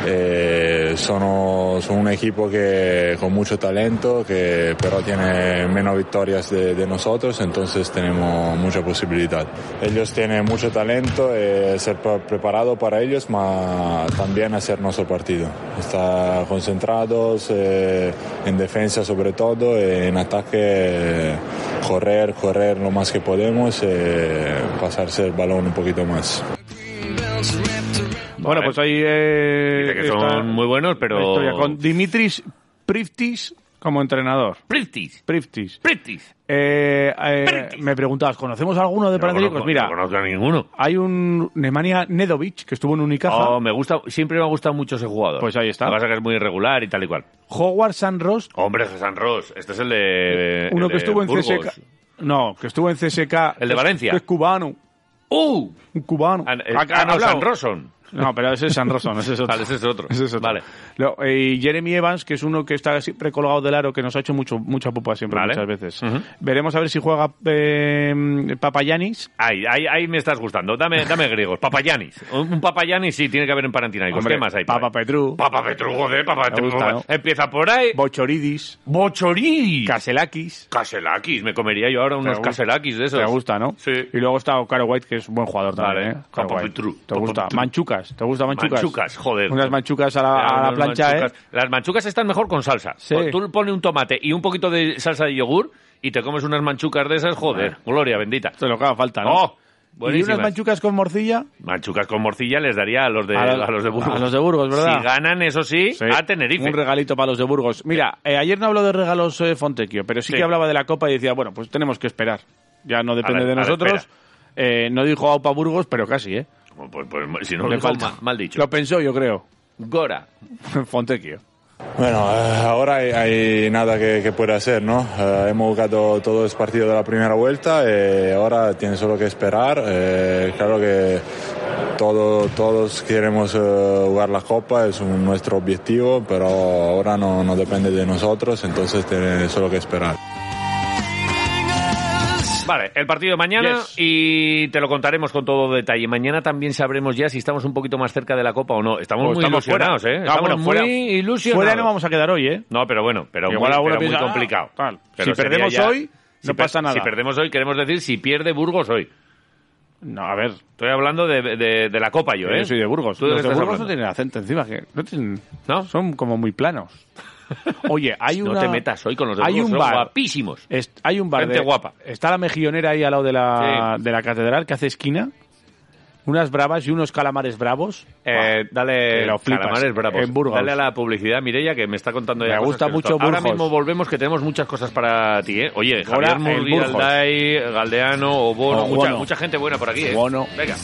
Speaker 9: Eh, sono- son un equipo que con mucho talento, que pero tiene menos victorias de, de nosotros, entonces tenemos mucha posibilidad. Ellos tienen mucho talento, eh, ser pre- preparado para ellos, ma también hacer nuestro partido. Estar concentrados eh, en defensa sobre todo, eh, en ataque eh, correr, correr lo más que podemos, eh, pasarse el balón un poquito más.
Speaker 2: Bueno, pues ahí. eh,
Speaker 1: Dice que
Speaker 2: está
Speaker 1: son muy buenos, pero...
Speaker 2: la historia con Dimitris Priftis como entrenador.
Speaker 1: Priftis,
Speaker 2: Priftis.
Speaker 1: Priftis.
Speaker 2: Eh, eh,
Speaker 1: Priftis.
Speaker 2: me preguntabas, ¿conocemos alguno de
Speaker 1: No
Speaker 2: Panathinaikos?
Speaker 1: conozco-
Speaker 2: Mira,
Speaker 1: No conozco a ninguno.
Speaker 2: hay un Nemanja Nedovic que estuvo en Unicaja.
Speaker 1: Oh, me gusta, siempre me ha gustado mucho ese jugador.
Speaker 2: Pues ahí está.
Speaker 1: Lo que pasa es que es muy irregular y tal y cual.
Speaker 2: Howard Sanros,
Speaker 1: Hombre, San Ross, este es el de.
Speaker 2: uno
Speaker 1: el de
Speaker 2: que estuvo en E
Speaker 1: Burgos.
Speaker 2: CSK. No, que estuvo en CSK.
Speaker 1: El de Valencia.
Speaker 2: Que es cubano.
Speaker 1: ¡Uh!
Speaker 2: Un cubano.
Speaker 1: An- eh, ah,
Speaker 2: Ha- han
Speaker 1: no,
Speaker 2: hablado.
Speaker 1: San Rosson.
Speaker 2: No, pero ese es San Rosson, ese es otro.
Speaker 1: Vale, ese es otro.
Speaker 2: Ese es otro.
Speaker 1: Vale.
Speaker 2: Lo- eh, y Jeremy Evans, que es uno que está siempre colgado del aro, que nos ha hecho mucho, mucha pupa siempre,
Speaker 1: Vale.
Speaker 2: muchas veces.
Speaker 1: Ujú.
Speaker 2: Veremos a ver si juega eh, Papayanis.
Speaker 1: Ahí, ahí, ahí me estás gustando. Dame, dame griegos. Papayanis. Un un papayanis sí tiene que haber en Parantinaicos.
Speaker 2: Hombre,
Speaker 1: ¿Qué más hay? por
Speaker 2: Papa
Speaker 1: ahí?
Speaker 2: Petru.
Speaker 1: Papa Petru, joder, Papa Petru.
Speaker 2: gusta, ¿no?
Speaker 1: Empieza por ahí.
Speaker 2: Bochoridis.
Speaker 1: Bochorí.
Speaker 2: Caselakis.
Speaker 1: Caselakis. Me comería yo ahora unos
Speaker 2: gusta.
Speaker 1: caselakis de esos.
Speaker 2: Te gusta, ¿no?
Speaker 1: Sí.
Speaker 2: Y luego está Caro White, que es un buen jugador también,
Speaker 1: Vale.
Speaker 2: ¿eh? Caro
Speaker 1: Papa
Speaker 2: White.
Speaker 1: Petru.
Speaker 2: ¿Te
Speaker 1: Papa
Speaker 2: gusta?
Speaker 1: Petru.
Speaker 2: Manchucas. ¿Te gusta manchucas?
Speaker 1: Manchucas, joder.
Speaker 2: Unas manchucas a la, a la
Speaker 1: Unas
Speaker 2: plancha,
Speaker 1: manchucas.
Speaker 2: ¿eh?
Speaker 1: Las manchucas están mejor con salsa.
Speaker 2: Sí.
Speaker 1: Tú le pones un tomate y un poquito de salsa de yogur y te comes unas manchucas de esas, joder, gloria bendita.
Speaker 2: Te lo que haga falta, ¿no?
Speaker 1: Oh,
Speaker 2: y unas
Speaker 1: buenísimas.
Speaker 2: manchucas con morcilla.
Speaker 1: Manchucas con morcilla les daría a los de,
Speaker 2: A
Speaker 1: a,
Speaker 2: los-
Speaker 1: los de Burgos.
Speaker 2: a los de Burgos, ¿verdad?
Speaker 1: Si ganan, eso sí,
Speaker 2: Sí.
Speaker 1: a Tenerife.
Speaker 2: Ah, Un regalito para los de Burgos. Mira, eh, ayer no habló de regalos eh, Fontecchio, pero sí,
Speaker 1: Sí.
Speaker 2: que hablaba de la Copa y decía, bueno, pues tenemos que esperar. Ya no depende
Speaker 1: A la-
Speaker 2: de
Speaker 1: a la
Speaker 2: nosotros.
Speaker 1: espera.
Speaker 2: Eh, no dijo Aupa Burgos, pero casi, ¿eh?
Speaker 1: Pues, pues, si no,
Speaker 2: Le
Speaker 1: lo digo
Speaker 2: falta.
Speaker 1: ma- mal dicho.
Speaker 2: Lo pensó, yo creo.
Speaker 1: Gora.
Speaker 2: Fontecchio.
Speaker 9: Bueno, eh, ahora hay, hay nada que, que pueda hacer, ¿no? Eh, hemos jugado todos los partidos de la primera vuelta, eh, ahora tiene solo que esperar. eh, claro que todo- todos queremos eh, jugar la Copa, es un- nuestro objetivo, pero ahora no, no depende de nosotros, entonces tiene solo que esperar.
Speaker 1: Vale, el partido de mañana
Speaker 2: Yes.
Speaker 1: y te lo contaremos con todo detalle. Mañana también sabremos ya si estamos un poquito más cerca de la Copa o no. Estamos
Speaker 2: Pues
Speaker 1: muy
Speaker 2: estamos
Speaker 1: ilusionados,
Speaker 2: fuera.
Speaker 1: ¿eh?
Speaker 2: Ah,
Speaker 1: Estamos
Speaker 2: bueno,
Speaker 1: muy
Speaker 2: fuera-
Speaker 1: ilusionados.
Speaker 2: Fuera no vamos a quedar hoy, ¿eh?
Speaker 1: No, pero bueno, pero,
Speaker 2: Igual
Speaker 1: muy,
Speaker 2: alguno
Speaker 1: pero muy
Speaker 2: piensa, "Ah,
Speaker 1: complicado.
Speaker 2: tal".
Speaker 1: Pero
Speaker 2: Si
Speaker 1: sería
Speaker 2: perdemos
Speaker 1: ya-
Speaker 2: hoy, no
Speaker 1: per-
Speaker 2: pasa nada.
Speaker 1: Si perdemos hoy, queremos decir si pierde Burgos hoy.
Speaker 2: No, a ver.
Speaker 1: Estoy hablando de, de- de la Copa yo, ¿eh?
Speaker 2: Yo soy de Burgos.
Speaker 1: ¿Tú de
Speaker 2: Los
Speaker 1: qué
Speaker 2: de
Speaker 1: estás
Speaker 2: Burgos no
Speaker 1: hablando?
Speaker 2: tienen acento encima. Que no, tienen-
Speaker 1: ¿No?
Speaker 2: Son como muy planos. Oye, hay
Speaker 1: No
Speaker 2: una...
Speaker 1: te metas hoy con los de
Speaker 2: hay
Speaker 1: Burgos,
Speaker 2: un
Speaker 1: son
Speaker 2: bar,
Speaker 1: guapísimos.
Speaker 2: Est- hay un bar
Speaker 1: Gente
Speaker 2: de-
Speaker 1: guapa.
Speaker 2: Está la mejillonera ahí al lado de la, de la catedral que hace esquina. Unas bravas y unos calamares bravos.
Speaker 1: Eh, dale
Speaker 2: Te lo flipas.
Speaker 1: calamares bravos.
Speaker 2: En Burgos.
Speaker 1: Dale a la publicidad, Mireia, que me está contando ya
Speaker 2: Me
Speaker 1: cosas
Speaker 2: gusta
Speaker 1: que no
Speaker 2: mucho
Speaker 1: estaba- Ahora
Speaker 2: Burgos.
Speaker 1: mismo volvemos, que tenemos muchas cosas para ti, ¿eh? Oye,
Speaker 2: Ahora,
Speaker 1: Javier
Speaker 2: el
Speaker 1: Murguía,
Speaker 2: Burgos.
Speaker 1: Alday, Galdeano, Obono,
Speaker 2: Obono.
Speaker 1: mucha, mucha gente buena por aquí, ¿eh?
Speaker 2: Obono.
Speaker 1: Venga.